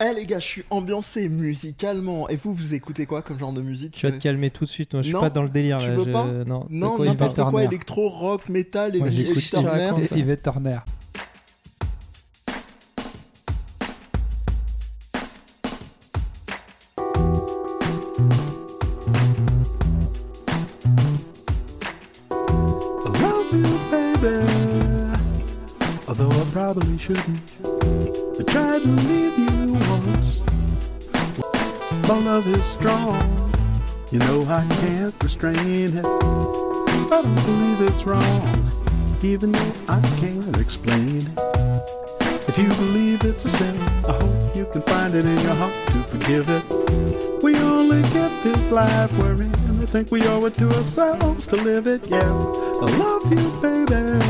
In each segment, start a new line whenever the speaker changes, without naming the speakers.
Eh les gars, je suis ambiancé musicalement. Et vous, vous écoutez quoi comme genre de musique
Tu vas te calmer tout de suite, moi je suis
Non,
pas dans le délire.
tu
là,
veux
je-
pas
Non, de
Non,
quoi il
n'importe
parle
quoi,
Turner.
électro, rock, métal,
Moi,
électro-
j'écoute
Turner.
Sylvain Cor- Yvette Turner. Love you, baby. Although I probably shouldn't. I tried to leave you once. My love is strong. You know I can't restrain it. I don't believe it's wrong, even though I can't explain it. If you believe it's a sin, I hope you can find it in your heart to forgive it. We only get this life we're in, and I think we owe it to ourselves to live it. Yeah, I love you, baby.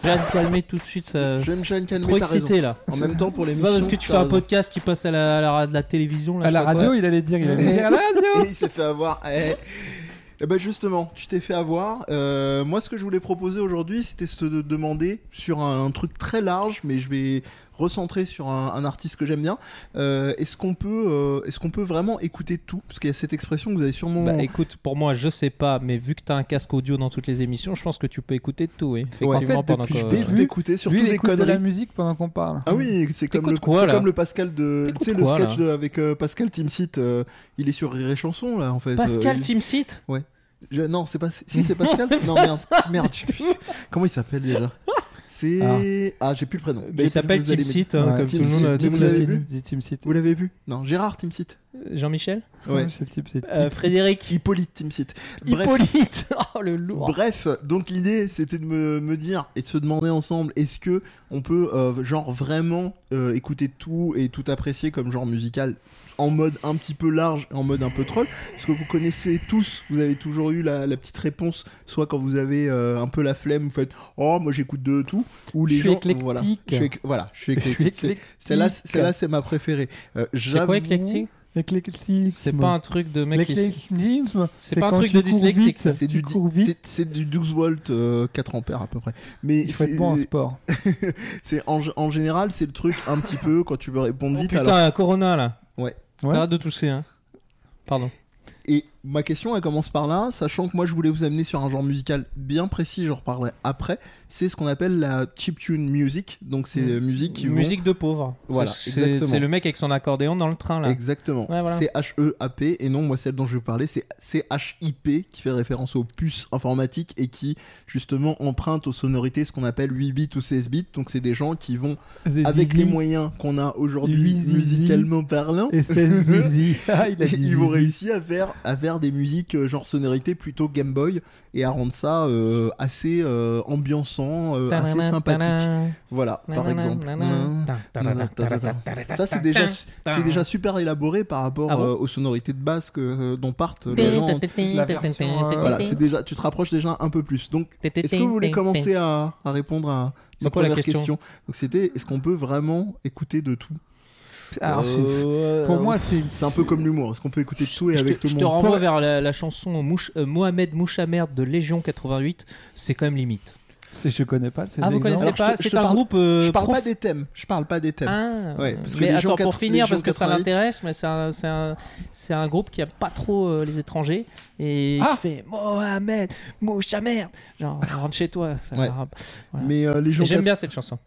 Tu vas te calmer tout de suite, ça.
J'aime Shane
Trop
Calmé, t'as raison.
excité là.
En même temps, pour les
C'est pas parce que tu fais un podcast qui passe à la, à la- à la télévision là.
À
je
la
sais pas
radio, il allait dire, il allait
Ouais.
dire à la radio.
Et il s'est fait avoir. Eh. Eh ben justement, tu t'es fait avoir. Euh, moi, ce que je voulais proposer aujourd'hui, c'était se de demander sur un, un truc très large, mais je vais recentrer sur un, un artiste que j'aime bien. Euh, est-ce qu'on peut, euh, est-ce qu'on peut vraiment écouter tout Parce qu'il y a cette expression que vous avez sûrement.
Bah écoute, pour moi, je sais pas, mais vu que t'as un casque audio dans toutes les émissions, je pense que tu peux écouter de tout, oui.
Ouais.
Effectivement,
En
fait,
pendant
depuis
que-
le
Tout
début,
écouter, surtout
Lui, il
des
écoute de
conneries.
la musique pendant qu'on parle.
Ah oui, c'est comme, le,
T'écoutes quoi,
c'est
là
comme le Pascal de. Tu
T'écoutes
sais, le
quoi,
sketch
là
de- avec euh, Pascal Timsit, euh, il est sur Rire et Chanson, là, en fait. Euh,
Pascal
il-
Timsit
Je- non, c'est pas. Si c'est Pascal. non merde, merde. je- Comment il s'appelle déjà C'est. Ah, j'ai plus le prénom. J'ai
Bah,
plus le-
Il s'appelle
vous allez
Timsit,
m'aider.
hein,
Ouais,
comme tout
Team
le monde.
Timsit.
euh,
Seed,
tout le
Vous
monde
l'avez
le
Team
dit.
vu
Seed, dit Team Seed.
Vous l'avez vu Non, Gérard Timsit.
Jean-Michel
Ouais.
C'est le type, c'est-
Euh, Frédéric
Hippolyte Timsit. Bref.
Hippolyte Oh le lourd
Bref, donc l'idée c'était de me, me dire et de se demander ensemble est-ce que on peut euh, genre vraiment euh, écouter tout et tout apprécier comme genre musical en mode un petit peu large, en mode un peu troll, parce que vous connaissez tous, vous avez toujours eu la, la petite réponse, soit quand vous avez euh, un peu la flemme, vous faites oh moi j'écoute de tout, ou les
Je suis
gens
éclectique.
voilà, je suis, éc- voilà, je suis éclectique. C'est-
éclectique.
Celle-là, c'est- celle-là c'est ma préférée. Euh,
C'est
j'avoue-
quoi éclectique
Éclectisme.
C'est pas un truc de mec qui...
L'éclectisme,
C'est pas un
quand
truc
tu
de
cours vite,
dyslexique, ça.
C'est
tu
du, di-
cours vite.
c'est- c'est du 12 volts euh, 4 ampères à peu près. Mais
Il faut
c'est-
être bon en sport.
C'est en, g- en général, c'est le truc un petit peu quand tu veux répondre
Oh,
vite.
Putain,
alors-
euh, Corona là
Ouais.
Ouais.
T'arrêtes de tousser, hein Pardon.
Et ma question, elle commence par là, sachant que moi, je voulais vous amener sur un genre musical bien précis. J'en reparlerai après. C'est ce qu'on appelle la chiptune music. Donc c'est
Mm.
euh, musique qui vont-
Musique de pauvre.
Voilà,
C'est-
exactement.
C'est le mec avec son accordéon dans le train là.
Exactement.
Ouais, voilà.
C'est H-E-A-P. Et non, moi, celle dont je vais vous parler, c'est C-H-I-P, qui fait référence aux puces informatiques et qui, justement, emprunte aux sonorités ce qu'on appelle 8 bits ou 16 bits. Donc, c'est des gens qui vont,
C'est
avec
zizi
les moyens qu'on a aujourd'hui,
Zizi.
musicalement parlant,
Et c'est zizi. Ah, il a dit
ils vont
zizi.
réussir à faire, à faire des musiques euh, genre sonorité plutôt Game Boy et à rendre ça euh, assez euh, ambiançant, euh, assez sympathique. Voilà, par exemple. Ça, c'est déjà, c'est déjà super élaboré par rapport
Ah bon
euh, aux sonorités de base que, euh, dont partent les gens.
la version, euh,
Voilà, c'est déjà, tu te rapproches déjà un peu plus. Donc, est-ce que vous voulez commencer à, à répondre à
C'est
ma
quoi la
première
question
question, Donc, c'était est-ce qu'on peut vraiment écouter de tout
Ah,
Alors, c'est-
Euh,
Ah, Pour moi, c'est
c'est un peu comme l'humour. Est-ce qu'on peut écouter de tout et
Je
avec
te,
tout
je
le
te
monde
renvoie vers la, la chanson Mouche- euh, Mohamed Mouchamerd de Légion 88. C'est quand même limite.
c'est- Je connais pas. c'est
Ah, vous
l'exemple.
connaissez
Alors, je te-
pas
je
C'est
te
un
parle-
groupe. euh,
Je parle
prof-
pas des thèmes. Je parle pas des thèmes.
Ah,
Ouais, parce que
mais
les gens
attends,
quatre-
pour finir,
les
parce
gens
que ça
88.
l'intéresse, mais c'est un, c'est un- c'est un groupe qui aime pas trop euh, les étrangers et
Ah
qui fait Mohamed, mouche à merde. Genre, rentre chez toi. ça
Ouais.
m'a- Voilà.
Mais euh, les gens
Ah, J'aime
quatre-
bien cette chanson.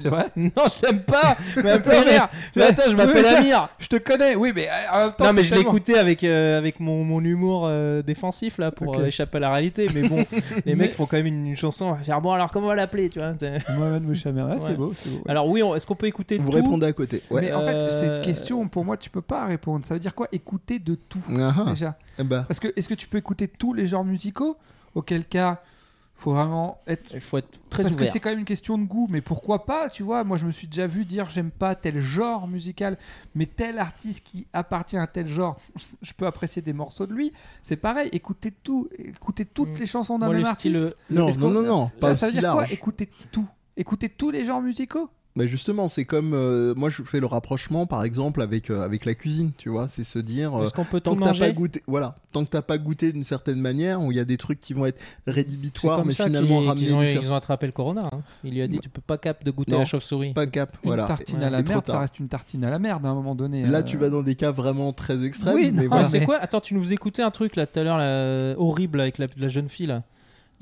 C'est vrai
Non, je l'aime pas, mais elle me fait rire. Mais
Ouais.
attends, je m'appelle
Oui, mais-
Amir.
Je te connais, oui, mais euh, en même temps.
Non, mais je
t'es tellement-
l'écoutais avec, euh, avec mon, mon humour euh, défensif là pour
Ok.
euh, échapper à la réalité. Mais bon, les
Mais-
mecs font quand même une, une chanson. on va Faire bon, alors comment on va l'appeler tu vois t'es-
Mohamed Mouchamer, ah,
Ouais.
c'est beau. c'est beau, ouais.
Alors, oui, on- est-ce qu'on peut écouter
vous
tout
répondez à côté. Ouais.
Mais en fait,
Euh,
cette question, pour moi, tu peux pas répondre. Ça veut dire quoi Écouter de tout,
Ah, ah.
déjà.
Eh ben,
Parce que est-ce que tu peux écouter tous les genres musicaux Auquel cas, faut vraiment être.
Il faut être très
Parce que
ouvert.
c'est quand même une question de goût, mais pourquoi pas Tu vois, moi je me suis déjà vu dire j'aime pas tel genre musical, mais tel artiste qui appartient à tel genre, je peux apprécier des morceaux de lui. C'est pareil, écouter tout, écouter toutes
Mm.
les chansons d'un
Moi, le
même
style,
artiste.
euh,
non,
est-ce
non,
qu'on-
non, non,
Là,
pas
ça veut
aussi
dire quoi
large.
Écouter tout, écouter tous les genres musicaux.
Mais justement, c'est comme euh, moi je fais le rapprochement par exemple avec euh, avec la cuisine, tu vois, c'est se dire euh,
Est-ce qu'on peut
tant
tout
que t'as pas
manger
goûté, voilà, tant que t'as pas goûté d'une certaine manière, où il y a des trucs qui vont être
C'est
rédhibitoires,
comme
mais
ça
finalement
qu'ils-
ramenés
qu'ils ont,
d'une certaine-
ils ont attrapé le corona. hein. Il lui a dit tu peux pas cap de goûter
Non.
la chauve-souris.
pas cap,
Une
voilà.
tartine à
Et
la
trop
merde, ça
tard.
reste une tartine à la merde à un moment donné.
Là,
euh,
tu vas dans des cas vraiment très extrêmes,
Oui,
mais
non,
Ah,
voilà.
c'est
mais-
quoi Attends, tu nous écoutais un truc là tout à l'heure, là, euh, horrible avec la, la jeune fille là.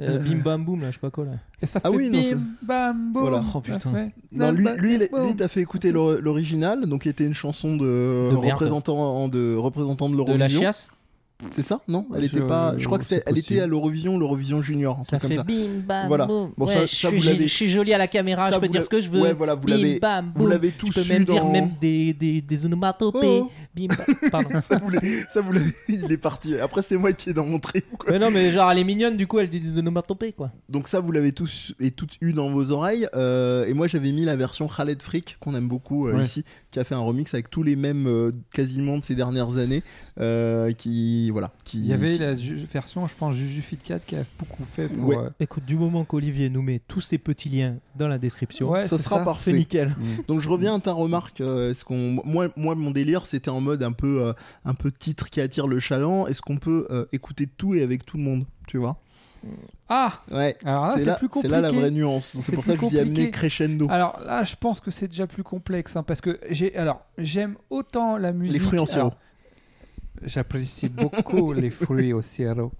Euh,
Euh.
Bim bam boum là, je sais pas quoi là.
Et ça
Ah
fait
oui, non,
bim, bam, boum.
Voilà.
Oh, putain.
Ouais.
Non, lui,
Bam,
lui, il-
bam,
lui, t'as fait écouter l'or- l'original, donc qui était une chanson de,
De merde.
représentant de représentant de
De la
l'Eurovision.
chiasse
C'est ça Non, elle
Je-
était pas. Je crois que
c'est
c'était. Elle était
possible.
à l'Eurovision, l'Eurovision junior, un
Ça
truc comme
fait
ça.
bim bam
Voilà.
boum.
Bon,
ouais,
ça-
je,
ça,
suis,
vous l'avez-
je suis jolie à la caméra,
Ça,
je peux
vous
dire
l'avez-
ce que je veux.
Ouais, voilà, vous
bim
l'avez.
bam boum.
Vous l'avez
je
tous
peux
eu
même dire
dans-
même des, des, des onomatopées.
Oh.
Bim bam. Pardon.
ça vous l'avez- ça vous l'avez- Il est parti. Après, c'est moi qui ai dans mon trip. quoi.
mais non, mais genre elle est mignonne, du coup elle dit des onomatopées quoi.
Donc ça, vous l'avez tous et toutes eu dans vos oreilles. euh, et moi, j'avais mis la version Khaled Frick qu'on aime beaucoup euh,
Ouais.
ici, qui a fait un remix avec tous les mêmes euh, quasiment de ces dernières années. euh, qui voilà. Qui,
Il y avait
qui-
la ju- version, je pense, Juju Fit Cat qui a beaucoup fait pour.
Ouais.
euh,
Écoute, du moment qu'Olivier nous met tous ces petits liens dans la description,
Ouais,
ça
c'est
sera
ça.
c'est
parfait.
nickel.
Donc je reviens à ta remarque. euh, Est-ce qu'on, moi, moi, mon délire, c'était en mode un peu, euh, un peu titre qui attire le chaland. Est-ce qu'on peut euh, écouter tout et avec tout le monde, tu vois
Ah
Ouais.
Alors là,
c'est là,
plus
c'est
compliqué.
là la vraie nuance.
C'est
C'est pour
plus
ça que je vous ai amené
compliqué. Ah,
crescendo.
Alors là, je pense que c'est déjà plus complexe hein, parce que j'ai alors j'aime autant la musique.
les fruits en sirop.
alors, J'apprécie beaucoup les fruits au sirop.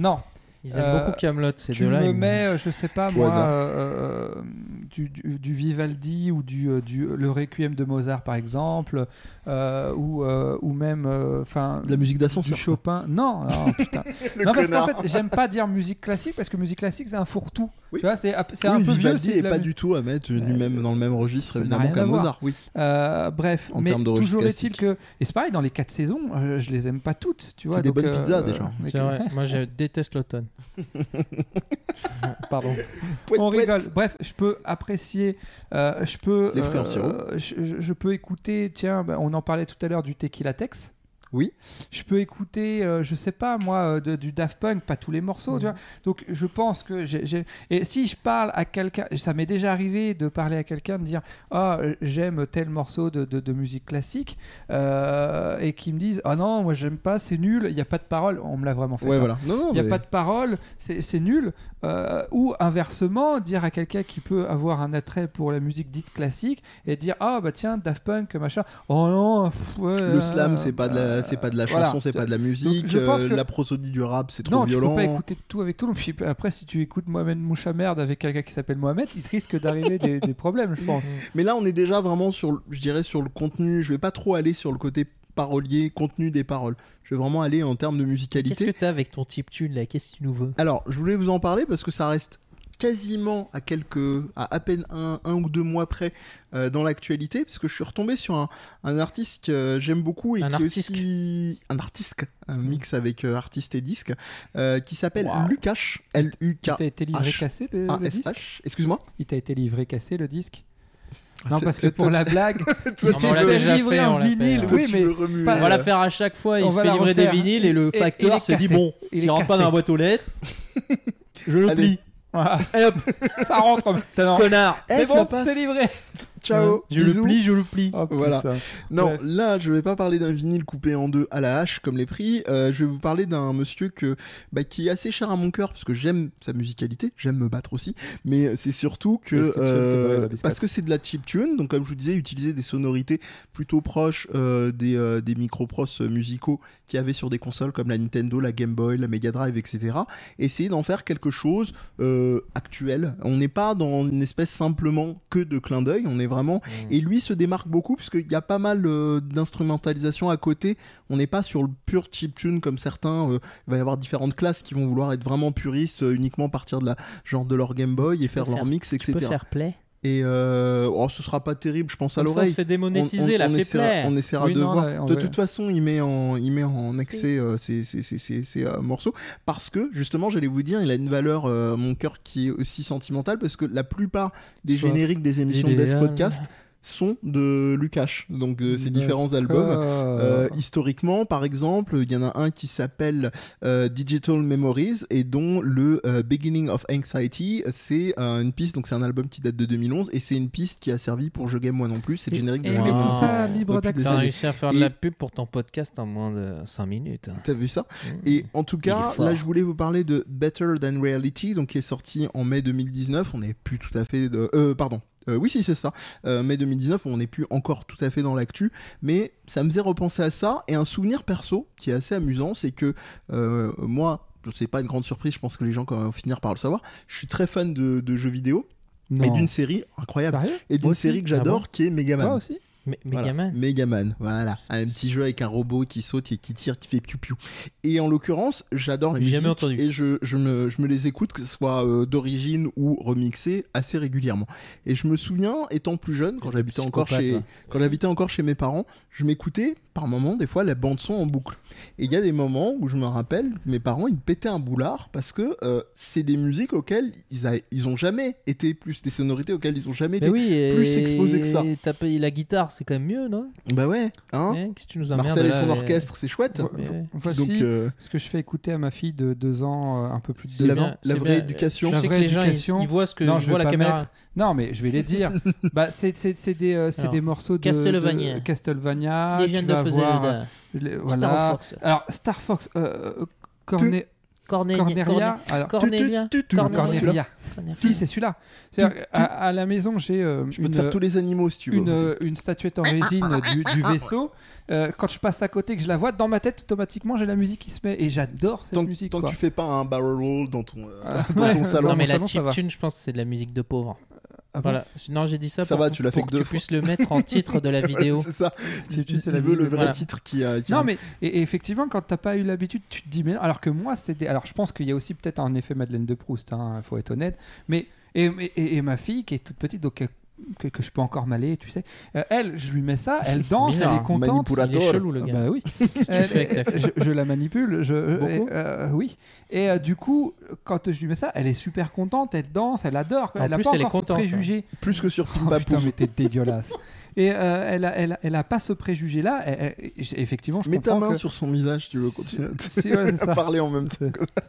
Non,
Ils aiment
Euh,
beaucoup Camelot, ces
tu
deux-là.
me
ils-
mets, euh, je sais pas
Au
moi,
hasard.
euh, euh, du, du- du Vivaldi ou du, euh, du le Requiem de Mozart par exemple, euh, ou euh, ou même enfin
De la musique
du
d'ascenseur.
Chopin. Non, non, putain.
Le
non parce qu'en
connard.
fait, j'aime pas dire musique classique parce que musique classique c'est un fourre-tout.
Oui.
Tu vois, c'est c'est
oui,
un peu vieux.
Vivaldi
c'est de
est
la
pas
mu-
du tout à mettre du
Euh,
même dans le même registre
ça n'a
évidemment
rien
qu'un
à voir.
Mozart. Oui.
Euh, bref,
En
mais
termes de registre
toujours est-il
classique.
que et c'est pareil dans les quatre saisons, euh, je les aime pas toutes, tu vois.
C'est des
donc,
bonnes
euh,
pizzas, déjà.
mais
C'est
que-
vrai, moi je déteste l'automne. Pardon.
Pouet,
On
pouet.
rigole. Bref, je peux apprécier, euh, je peux,
Les fruits en sirop.
je, je- je peux écouter. Tiens, bah, on en parlait tout à l'heure du Tequila Tex.
Oui.
Je peux écouter, euh, je sais pas moi, euh, de- du Daft Punk, pas tous les morceaux,
Mhm.
tu vois. Donc je pense que j'ai, j'ai- et si je parle à quelqu'un, ça m'est déjà arrivé de parler à quelqu'un de dire ah euh, j'aime tel morceau de, de- de musique classique euh, et qui me disent ah non moi j'aime pas, c'est nul, il n'y a pas de parole. On me l'a vraiment fait.
Ouais voilà.
faire.
Non non.
Il n'y a
mais-
pas de parole, c'est c'est nul. Euh, ou inversement, dire à quelqu'un qui peut avoir un attrait pour la musique dite classique et dire Ah bah tiens, Daft Punk, machin. Oh non, pff, ouais,
Le slam, c'est pas de
euh,
la, c'est pas de la chanson,
voilà.
c'est pas de la musique.
je pense
euh,
que-
La prosodie du rap, c'est trop
Non,
violent.
tu peux pas écouter tout avec tout. le monde. Puis après, si tu écoutes Mohamed Moucha Merde avec quelqu'un qui s'appelle Mohamed, il risque d'arriver des, des problèmes, je pense.
Mais là, on est déjà vraiment sur, le- je dirais, sur le contenu. Je vais pas trop aller sur le côté parolier, contenu des paroles. Je vais vraiment aller en termes de
Qu'est-ce que
musicalité.
t'as avec ton type tune là Qu'est-ce que tu nous veux
Alors, je voulais vous en parler parce que ça reste quasiment à quelques, à à peine un, un ou deux mois près euh, dans l'actualité, parce que je suis retombé sur un, un artiste que j'aime beaucoup et
Un
qui
artiste.
est aussi un artiste, un mix avec euh, artiste et disque, euh, qui s'appelle
Mm. Waouh.
Lukash, L U K
Il t'a été livré
H.
cassé le, le
A S
disque
H. Excuse-moi.
Il t'a été livré cassé le disque Non,
Ah, Toi-
parce que
toi-
pour la blague,
toi,
il
tu
s'est
on l'a
veux-
fait
déjà
livrer
fait, on
en
l'a fait,
vinyle.
hein.
toi,
Oui,
tu
mais
veux remuer,
pas-
On va la
euh,
faire à chaque fois, il
On
se
va
fait
la
livrer
refaire.
des vinyles et le
Et- et- il
facteur
est
se dit
cassé.
bon,
Il
s'il
est
rentre pas dans la
cassé.
boîte aux lettres, je le plie.
Voilà.
Et hop,
ça rentre. maintenant.
connard
Eh,
C'est
ça
bon,
passe.
c'est livré.
Ciao.
Je le
bisous.
plie, je le plie.
Oh,
Voilà.
putain.
Non,
Ouais.
là, je vais pas parler d'un vinyle coupé en deux à la hache comme les prix. Euh, je vais vous parler d'un monsieur que, bah, qui est assez cher à mon cœur parce que j'aime sa musicalité, j'aime me battre aussi, mais c'est surtout que
Est-ce que tu aimes
euh,
te barrer la biscotte
parce que c'est de la chip tune, donc comme je vous disais, utiliser des sonorités plutôt proches euh, des euh, des micropros musicaux qu'il y avait sur des consoles comme la Nintendo, la Game Boy, la Mega Drive, etc. Essayer d'en faire quelque chose euh, actuel. On n'est pas dans une espèce simplement que de clin d'œil, on est vraiment
Mmh.
et lui se démarque beaucoup parce qu'il y a pas mal euh, d'instrumentalisation à côté. On n'est pas sur le pur chiptune comme certains. euh, il va y avoir différentes classes qui vont vouloir être vraiment puristes, euh, uniquement partir de la genre de leur Game Boy et
peux
faire, leur
faire-
mix,
Tu peux
etc.
faire play
Et euh, oh, ce sera pas terrible, je pense à
Comme ça, on se
l'oreille.
fait
On,
démonétiser,
on-
la
on
fait
essaiera,
play
on essaiera
Oui,
de
non,
voir.
là, on
de
va-
toute façon, il met en, il met en accès euh, ses, ses- ses- ses- ses, euh, morceaux parce que justement, j'allais vous dire, il a une valeur, euh, mon cœur, qui est aussi sentimentale parce que la plupart des
Soif.
génériques des émissions
Idéal.
Death Podcast sont de Lukács, donc de ses différents albums. Euh, historiquement, par exemple, il y en a un qui s'appelle euh, Digital Memories et dont le euh, Beginning of Anxiety, c'est euh, une piste, donc c'est un album qui date de 2011 et c'est une piste qui a servi pour Je Game Moi Non Plus, c'est le générique de
Et,
Je
Wow.
mais
Game
tout
Moi Non
ça libre
Depuis des années.
T'as
d'accès.
réussi à faire de
Et-
la pub pour ton podcast en moins de 5 minutes.
Plus. T'as vu ça
Mmh.
Et en tout
Il
cas,
est fort.
là, je voulais vous parler de Better Than Reality, donc qui est sorti en mai 2019. On n'est plus tout à fait. De... euh, pardon. Euh, oui, si, c'est ça. Euh, mai 2019, on n'est plus encore tout à fait dans l'actu. Mais ça me faisait repenser à ça. Et un souvenir perso qui est assez amusant, c'est que euh, moi. C'est pas une grande surprise, je pense que les gens vont finir par le savoir. Je suis très fan de, de jeux vidéo et
Non.
d'une série incroyable.
Sérieux
Et
Moi
d'une
aussi.
série que
Ah
j'adore qui est Megaman.
Toi aussi
Mais, mais
Voilà,
gamin.
Megaman, voilà. Un petit jeu avec un robot qui saute et qui tire, qui fait piou piou. Et en l'occurrence, j'adore les
J'ai jamais
musiques
entendu.
et je, je me, je me les écoute, que ce soit euh, d'origine ou remixées, assez régulièrement. Et je me souviens, étant plus jeune, quand
T'es
j'habitais encore
psychopathe,
chez,
toi.
quand j'habitais encore chez mes parents, je m'écoutais par moments, des fois, la bande son en boucle. Et il y a des moments où je me rappelle, mes parents, ils me pétaient un boulard parce que euh, c'est des musiques auxquelles ils, a- ils ont jamais été, plus des sonorités auxquelles ils ont jamais
Mais
été.
oui, et-
plus exposé que ça.
et T'as payé la guitare, c'est quand même mieux, non
Bah ouais, hein.
Eh, Qu'est-ce que tu nous emmerdes
Marcel et
là, eh
son
mais-
orchestre, c'est chouette.
Vo-
Mais-
vo- Voici
Donc euh,
ce que je fais écouter à ma fille de 2 ans, euh, un peu plus de
C'est
la,
deux
bien,
ans.
la
c'est
vraie
bien.
éducation.
Je
La
sais que
vraie
les gens,
éducation.
ils, ils voient ce que
Non,
je
je
vois la
vais pas
caméra.
mettre. Non, mais je vais les dire. bah, c'est c'est- c'est des, euh, c'est
Alors,
des morceaux de
Castlevania.
de Castlevania.
les
Ah, tu
jeunes de
vas voir,
Fozzelda,
euh, les-
Star
voilà.
Fox,
Alors, Star Fox, euh, euh, Corne-
Cornelia.
Cornelia. Alors,
Tu- tu-
Cornelia.
tu- tu-
Cornelia.
Cornelia.
Cornelia. Si, c'est celui-là. C'est-à-dire, à, à la maison, j'ai euh,
Je peux te faire
une,
tous les animaux si tu veux.
une, euh, une statuette en résine du, du vaisseau. Euh, quand je passe à côté, que je la vois, dans ma tête, automatiquement, j'ai la musique qui se met. Et j'adore cette
tant
musique.
tant que
quoi.
tu fais pas un barrel roll dans ton, euh,
Ah,
dans
ouais.
ton salon.
Non, mais
Dans
la
mon salon, ça
chiptune, je pense que c'est de la musique de pauvre.
Ah bon
Voilà. Non, j'ai dit ça,
Ça
pour,
va, tu l'as
pour
fait que
que
deux
tu
fois.
puisses le mettre en titre de la vidéo.
c'est ça.
C'est-
Il,
c'est
il
la
veut le
vie,
vrai
voilà.
titre qui a. qui-
Non, mais et, et effectivement, quand t'as pas eu l'habitude, tu te dis, mais non. alors que moi, c'était. Alors, je pense qu'il y a aussi peut-être un effet Madeleine de Proust, hein, faut être honnête. Mais et, et- et ma fille, qui est toute petite, donc euh, que, que je peux encore m'aller, tu sais, euh, elle, je lui mets ça, elle danse,
bizarre,
elle est
hein.
contente.
Il est
Manipulator.
chelou, le
Ah
gars.
Bah oui.
Qu'est-ce que tu
Elle-
fais avec ta
je, je la manipule, je, euh,
Beaucoup
euh, oui. Et euh, du coup, quand je lui mets ça, elle est super contente, elle danse, elle adore.
En
elle a
plus,
pas
elle est
encore ce
contente, hein.
préjugé.
Plus que sur
Oh,
Pimpa
putain,
Pouf.
mais t'es dégueulasse. Et euh, elle, a, elle, a- elle a pas ce préjugé là. effectivement, je
Mets ta
comprends
main
que-
sur son visage, tu veux continuer à-
Si, ouais, c'est
à
ça.
parler en même temps.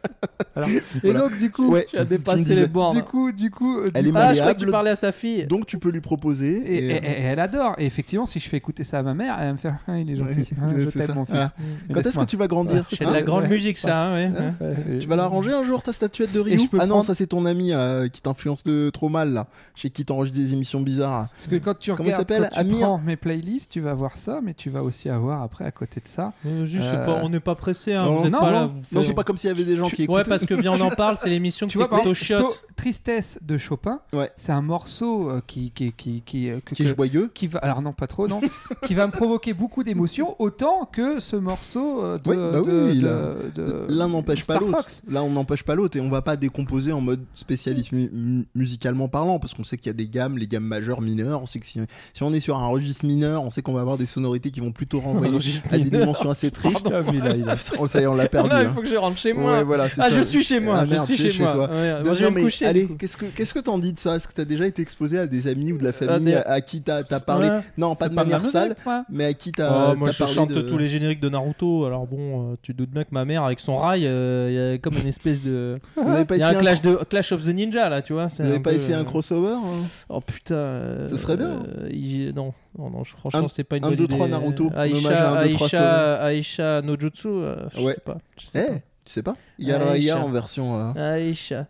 Et
Voilà.
donc du coup,
Ouais,
Tu as
tu me
dépassé
disais.
les bornes.
du coup, du coup, euh,
Elle
du-
est
Ah, je croyais que tu
malléable.
parlais à sa fille.
Donc tu peux lui proposer.
et,
et,
et- et elle adore. Et effectivement, si je fais écouter ça à ma mère, elle va me faire ah, il est gentil,
euh, Ouais,
Ah, je
c'est ça.
t'aime mon fils.
Voilà.
Mais
Quand est-ce
laisse-moi.
que tu vas grandir
C'est
hein
de la grande
Ouais.
musique, ça. hein, ouais.
Hein
Ouais,
Tu vas la ranger un jour ta statuette de
Et
Ryu
je peux
Ah non,
prendre-
ça c'est ton ami euh, qui t'influence de trop mal là, chez qui t'enregistre des émissions bizarres.
Parce que quand tu
Comment il
regardes,
s'appelle
quand tu
Amir
prends mes playlists, tu vas voir ça, mais tu vas aussi avoir après à côté de ça.
Euh, Juste, c'est
Euh,
pas- on n'est pas pressé. hein,
non,
vous êtes
non,
pas là,
non,
vous-
Non, c'est pas comme s'il y avait des gens qui écoutaient.
Ouais, parce que viens, on en parle, c'est l'émission que
Tu vois, par
t'écoutes aux
exemple,
chiottes.
Sto- Tristesse de Chopin,
Ouais.
c'est un morceau euh, qui qui qui qui, euh, que-
Qui est
que-
joyeux.
qui va alors non pas trop non qui va me provoquer beaucoup d'émotions autant que ce morceau euh, de
Oui, bah oui,
de-
il
de- de-
L'un n'empêche pas
euh, Star
l'autre.
Fox.
Là, on n'empêche pas l'autre et on va pas décomposer en mode spécialiste mu- mu- musicalement parlant parce qu'on sait qu'il y a des gammes, les gammes majeures, mineures. On sait que si, si on est sur un registre mineur, on sait qu'on va avoir des sonorités qui vont plutôt renvoyer
Registre
à des
mineur.
dimensions assez tristes.
Ah, mais là, il a-
on le sait, on l'a perdu.
Non, il
hein.
faut que je rentre chez
Ouais,
moi.
voilà, c'est
Ah,
ça.
je suis chez moi.
Ah,
je
merde,
suis
tu es
chez
chez
moi.
toi.
Ouais, Ah, moi,
Donc,
je
non,
vais me
mais
coucher.
allez,
du coup. Ah,
qu'est-ce que qu'est-ce que t'en dis de ça Est-ce que t'as déjà été exposé à des amis ou de la famille
des-
à, à qui t'as t'as parlé
Ouais.
Non, pas
c'est
de manière
musique,
sale,
ça.
mais à qui t'as
Oh, moi
t'as
je
parlé
chante
de-
tous les génériques de Naruto, alors bon, euh, tu doutes bien que ma mère avec son rail, euh, il y a comme une espèce de.
Vous avez pas
Il y a
essayé
un
un,
clash, de... clash of the Ninja là, tu vois. c'est
vous avez
un
pas
peu,
essayé
euh,
un crossover hein
Oh putain. euh,
Ce serait bien. hein.
euh, il- Non, non, non, je- franchement,
Un-
c'est pas une
un,
bonne
deux,
idée.
trois Naruto, en hommage
Aisha,
à un, deux, trois
Aisha, Aisha Nojutsu, euh, je
Ouais.
sais pas. Je sais
Eh, tu sais pas Il y a
Ouais,
Raya
chat.
en version. euh,
pas. Aisha.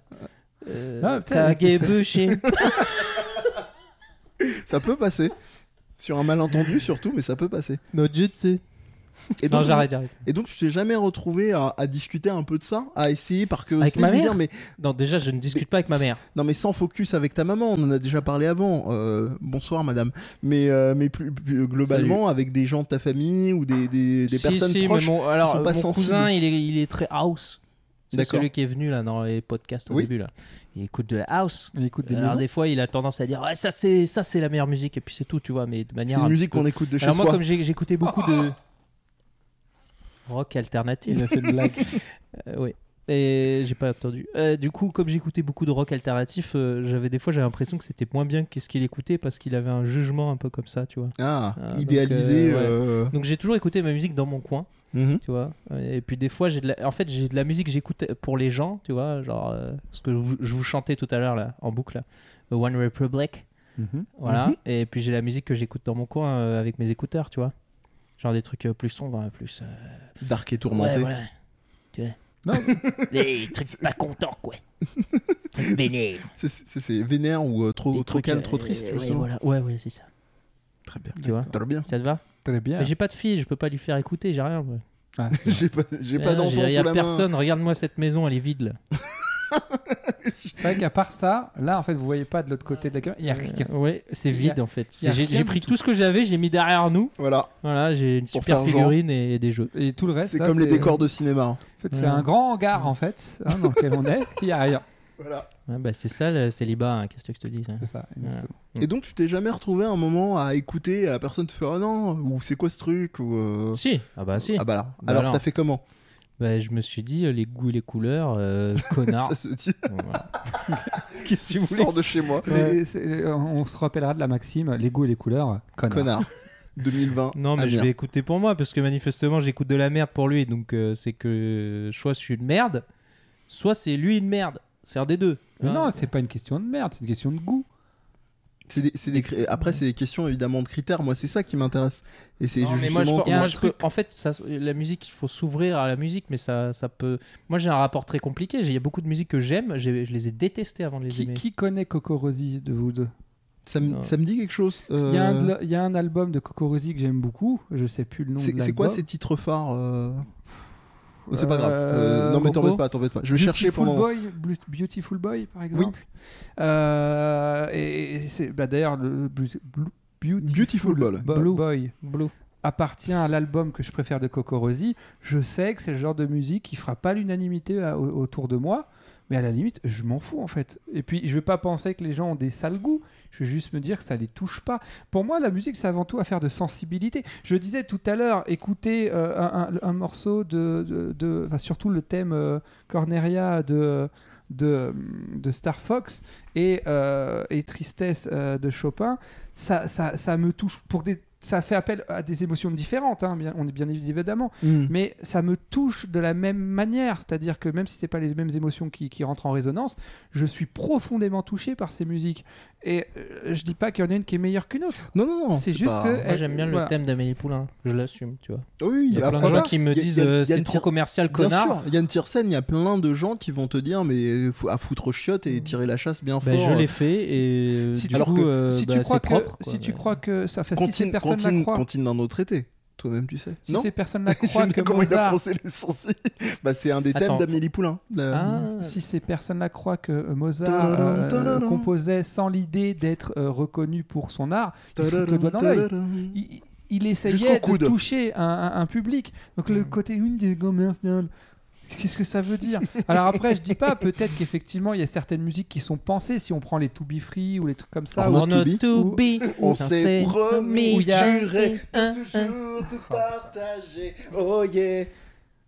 Euh,
Ah, putain,
Kagebushi.
Ça peut passer. Sur un malentendu surtout, mais ça peut passer.
Nojutsu.
Et
Non,
donc,
j'arrête, j'arrête.
et donc tu t'es jamais retrouvé à, à discuter un peu de ça, à essayer par
Avec
curiosité
ma
de lui
mère
dire mais
Non, déjà, je ne discute pas avec ma mère.
non mais sans focus avec ta maman, on en a déjà parlé avant. euh, bonsoir madame. Mais euh, mais plus, plus globalement avec des gens de ta famille ou des, des, des
Si,
personnes
si,
proches.
mais mon, alors,
sont pas
mon
sensibles.
cousin, il est, il est très house. C'est
D'accord.
celui qui est venu là dans les podcasts au
Oui.
début là. Il écoute de la house.
Il écoute des
Alors
maisons.
des fois, il a tendance à dire ouais, ça c'est ça c'est la meilleure musique et puis c'est tout, tu vois, mais de
C'est
manière
une
un
musique
petit
qu'on écoute de
peu-
chez
Alors moi
soi.
comme j'ai-
Oh.
j'écoutais beaucoup de rock alternatif.
Il a fait une blague.
euh, oui. Et j'ai pas attendu. Euh, du coup, comme j'écoutais beaucoup de rock alternatif, euh, j'avais des fois j'avais l'impression que c'était moins bien qu'est-ce qu'il écoutait parce qu'il avait un jugement un peu comme ça, tu vois.
Ah,
Ah, donc,
idéalisé.
euh, ouais.
euh,
Donc j'ai toujours écouté ma musique dans mon coin,
mhm.
tu vois. Et puis des fois, j'ai de la... en fait, j'ai de la musique que j'écoute pour les gens, tu vois, genre euh, ce que je vous- je vous chantais tout à l'heure là, en boucle, là. One Republic, voilà.
Mhm.
Et puis j'ai la musique que j'écoute dans mon coin euh, avec mes écouteurs, tu vois. Genre des trucs euh, plus sombres, hein, plus. euh,
Dark et tourmenté.
Ouais, voilà. Tu vois. Les trucs pas contents, quoi. Trucs vénères.
C'est- C'est c'est vénère ou euh, trop,
Des
trop
trucs,
calme,
euh,
trop triste,
ouais,
justement.
voilà. Ouais, ouais, c'est ça.
Très bien.
Tu vois,
Très bien.
ça te va
Très bien.
Mais J'ai pas de fille, je peux pas lui faire écouter, j'ai rien. moi.
Ah, c'est vrai.
J'ai pas, j'ai
Ah,
pas d'enfant sous
y
la
a
main.
personne, regarde-moi cette maison, elle est vide là.
C'est vrai qu'à part ça, là, en fait, vous voyez pas de l'autre côté de la caméra, il y a rien.
Euh, ouais, c'est
Y a-
vide en fait.
y a
C'est- J'ai
rien
j'ai
du
pris tout ce que j'avais, je l'ai mis derrière nous.
Voilà,
Voilà, j'ai une
Pour
super
faire genre.
figurine et, et des jeux.
Et tout le reste,
c'est
là,
comme les décors de cinéma.
En fait, c'est
Ouais.
un grand hangar, en fait, hein, dans lequel on est. Il y a rien.
Voilà.
Ouais, bah, c'est ça le célibat, hein, qu'est-ce que je te dis ça
Euh,
C'est ça. exactement.
Et donc, tu t'es jamais retrouvé un moment à écouter, à la personne te faire Oh non, ou c'est quoi ce truc ou, euh,
Si, ah bah si.
Ah bah là.
Bah
alors,
alors.
t'as fait comment
Bah, je me suis dit, euh, les goûts et les couleurs, euh, connard.
Ça se dit,
Voilà.
tu
voulais-
sors de chez moi,
C'est- c'est- euh, on se rappellera de la maxime, les goûts et les couleurs, connard.
connard. 2020.
Non, mais
à
je
Amiens.
vais écouter pour moi parce que manifestement j'écoute de la merde pour lui. Donc euh, c'est que soit je suis une merde, soit c'est lui une merde. C'est un des deux.
Mais
Ah,
Hein.
non, c'est pas une question de merde, c'est une question de goût.
C'est des- c'est des cri- Après, c'est des questions évidemment de critères. Moi, c'est ça qui m'intéresse. Et c'est
Non,
justement.
mais moi, je,
comment-
moi, je peux- en fait, ça- la musique, il faut s'ouvrir à la musique, mais ça, ça peut. Moi, j'ai un rapport très compliqué. J'ai- Il y a beaucoup de musiques que j'aime, j'ai- je les ai détestées avant de les
Qui,
aimer.
qui connaît Coco Rosie de vous deux
ça, me,
Non.
ça me dit quelque chose.
Il y, a un
euh,
de- il y a un album de Coco Rosie que j'aime beaucoup, je sais plus le nom
C'est
de
c'est quoi
l'album.
ces titres phares euh Oh, C'est pas grave.
Euh,
Euh, non, mais
Coco
t'embête pas, t'embête pas. Je vais chercher
Beautiful
pendant.
Boy, Blu- Beautiful Boy, par exemple. Euh, et et c'est bah, d'ailleurs le Blu- Blu-
Beautiful
Beautiful,
Boy.
Bo-
Blue.
Boy
Blue.
appartient à l'album que je préfère de Coco Rosie. Je sais que c'est le genre de musique qui fera pas l'unanimité à- au- autour de moi, mais à la limite, je m'en fous en fait. Et puis, je vais pas penser que les gens ont des sales goûts. Je vais juste me dire que ça les touche pas. Pour moi, la musique, c'est avant tout affaire de sensibilité. Je disais tout à l'heure, écouter euh, un, un- un morceau de, de, de- enfin, surtout le thème euh, Corneria de, de, de Star Fox et, euh, et Tristesse euh, de Chopin, ça, ça, ça me touche pour des. Ça fait appel à des émotions différentes, hein, bien- on est bien évidemment
Mm.
Hmm.
Bah,
mais ça me touche de la même manière. C'est-à-dire que même si c'est pas les mêmes émotions qui, qui rentrent en résonance, je suis profondément touché par ces musiques. Et euh, je dis pas qu'il y en a une qui est meilleure qu'une autre.
Non, non, non.
C'est juste
pas-
que-
hein. Moi, j'aime bien
Euh, Voilà.
le thème d'Amélie Poulain. Je l'assume, tu vois.
Oh Oui,
Il y a plein de
après-
gens qui me
il y a-
disent
il y a-
euh,
il y a
c'est
une
trop
tir-
commercial,
Bien
connard.
sûr, Yann Tiersen, il y a plein de gens qui vont te dire mais faut à foutre aux chiottes et tirer la chasse bien
Bah,
fort.
je l'ai fait et euh,
Si
du
euh, tu-
coup,
alors que-
euh,
si
bah,
tu crois
c'est
que,
propre. quoi.
si tu crois que ça fait si ces
Continue,
personnes la
continue,
croient,
continue d'un autre été. Toi-même, tu sais.
si
non
ces personnes la
J'aime
croient
bien
que
comment il a
Mozart,
froncé les sourcils. Bah, c'est un des
Attends.
thèmes d'Amélie Poulain.
Hein
La-
Ah,
si ces personnes la croient que Mozart
Tadadam,
euh,
tadadam.
composait sans l'idée d'être euh, reconnu pour son art, ils se foutent le doigt dans l'œil. il, il essayait
Jusqu'au coude.
de toucher un, un- un public. Donc le côté une des commerciales. Qu'est-ce que ça veut dire Alors après, je dis pas, peut-être qu'effectivement, il y a certaines musiques qui sont pensées, si on prend les To Be Free ou les trucs comme ça.
Ah,
ou-
Or
On
not
not to
Ou-
be.
On
Ça,
s'est
c'est
promis,
où il y a-
juré,
Un, un,
Toujours te
Oh.
partager, oh yeah.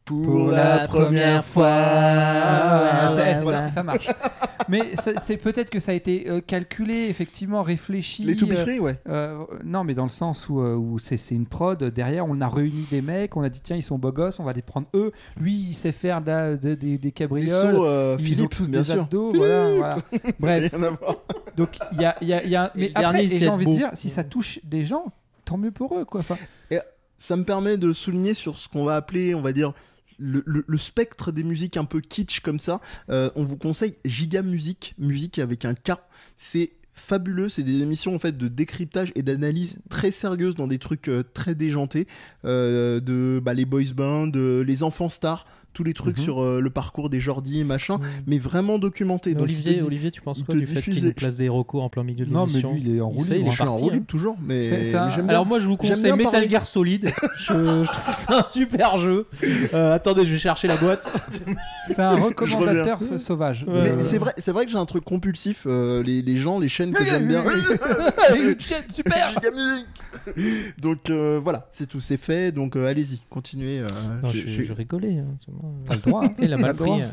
Pour,
Pour
la,
la
première
première
fois.
Ah,
ouais,
ça-
ouais,
eh,
voilà.
si ça marche. Mais ça- c'est peut-être que ça a été euh, calculé, effectivement, réfléchi.
Les To Be
euh,
Free, ouais.
Euh, non, mais dans le sens où, euh, où c'est c'est une prod. Derrière, on a réuni des mecs, on a dit tiens, ils sont beaux gosses, on va les prendre eux. Lui, il sait faire de la- de- des- des
Des
cabrioles.
sauts, euh,
ils
Philippe,
ont tous
bien
des
sûr.
abdos,
Philippe
voilà, voilà. Bref,
Rien à voir.
donc il y a, il y a- il y a- mais
le
après,
dernier,
et
c'est
j'ai
être
envie de
beau.
dire, si ça touche des gens, tant mieux pour eux, quoi. Enfin,
ça me permet de souligner sur ce qu'on va appeler, on va dire, le, le- le spectre des musiques un peu kitsch comme ça. Euh, on vous conseille Giga Musique, musique avec un K. C'est fabuleux, c'est des émissions en fait de décryptage et d'analyse très sérieuses dans des trucs euh, très déjantés, Euh, de bah, les boys bands, les enfants stars, tous les trucs
Mhm.
sur euh, le parcours des Jordi et machin, mais vraiment documenté.
Mais
Donc,
Mhm. Olivier,
je te dis-
Olivier, tu penses
il
quoi
te
du fait qu'il
diffusait-
nous place des recos en plein milieu de
non, mais
l'émission
lui, il est en
Il
roue
sait, il
libre,
je
est
suis en
parti,
roue libre
hein.
toujours, mais
C'est ça.
mais j'aime bien.
Alors moi je vous
J'aime
conseille
bien
Metal
parler.
Gear Solid, je, je trouve ça un super jeu. Euh, attendez, je vais chercher la boîte.
C'est un recommandateur f- sauvage.
Mais
Mais
Euh,
c'est vrai, c'est vrai que j'ai un truc compulsif. euh, les, les gens, les chaînes que j'aime bien.
J'ai une chaîne super
Giga Musique. Donc euh, voilà, c'est tout, c'est fait. Donc euh, allez-y, continuez. euh,
Non,
j'ai-
je,
j'ai-
je rigolais. hein, c'est moi.
T'as le droit. hein.
Il a mal
T'as le droit.
pris. euh.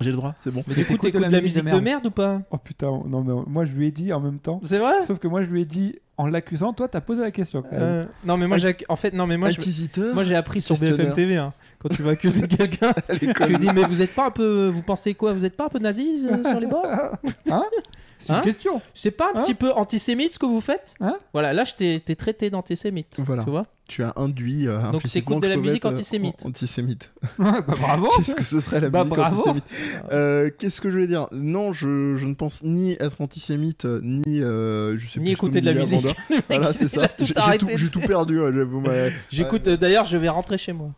j'ai le droit, c'est bon.
Mais du coup,
t'écoutes
t'écoutes de la musique de merde, ou pas
Oh putain, non mais moi je lui ai dit en même temps.
C'est vrai
Sauf que moi je lui ai dit en l'accusant, toi t'as posé la question. quand même.
Euh, Non, mais moi,
Ac-
j'ai... en fait, non, mais moi, je-
Inquisiteur.
moi, j'ai appris sur BFM
Questionnaire.
TV. hein, Quand tu vas accuser quelqu'un, tu lui dis, mais vous êtes pas un peu. Vous pensez quoi Vous êtes pas un peu nazi euh, sur les bords
Hein C'est
Hein
une question.
C'est pas un
Hein
petit peu antisémite ce que vous faites
Hein
Voilà, là, je t'ai t'ai traité d'antisémite.
Voilà.
Tu vois
tu as induit euh, implicitement
t'écoutes
que
de la
je pouvais
musique
être, euh,
antisémite.
antisémite.
Ah,
bah bravo.
Qu'est-ce que ce serait la
Bah,
musique
bravo.
antisémite Euh, Qu'est-ce que je voulais dire Non, je, je ne pense ni être antisémite, ni euh, je sais
Ni
plus ce
écouter
qu'on
de la
disait avant
musique.
d'heure.
Le mec,
Voilà, c'est
il
ça.
a
J'ai
tout
j'ai
arrêté.
tout, j'ai tout perdu. ouais, j'avoue, ouais.
J'écoute, euh, d'ailleurs, je vais rentrer chez moi.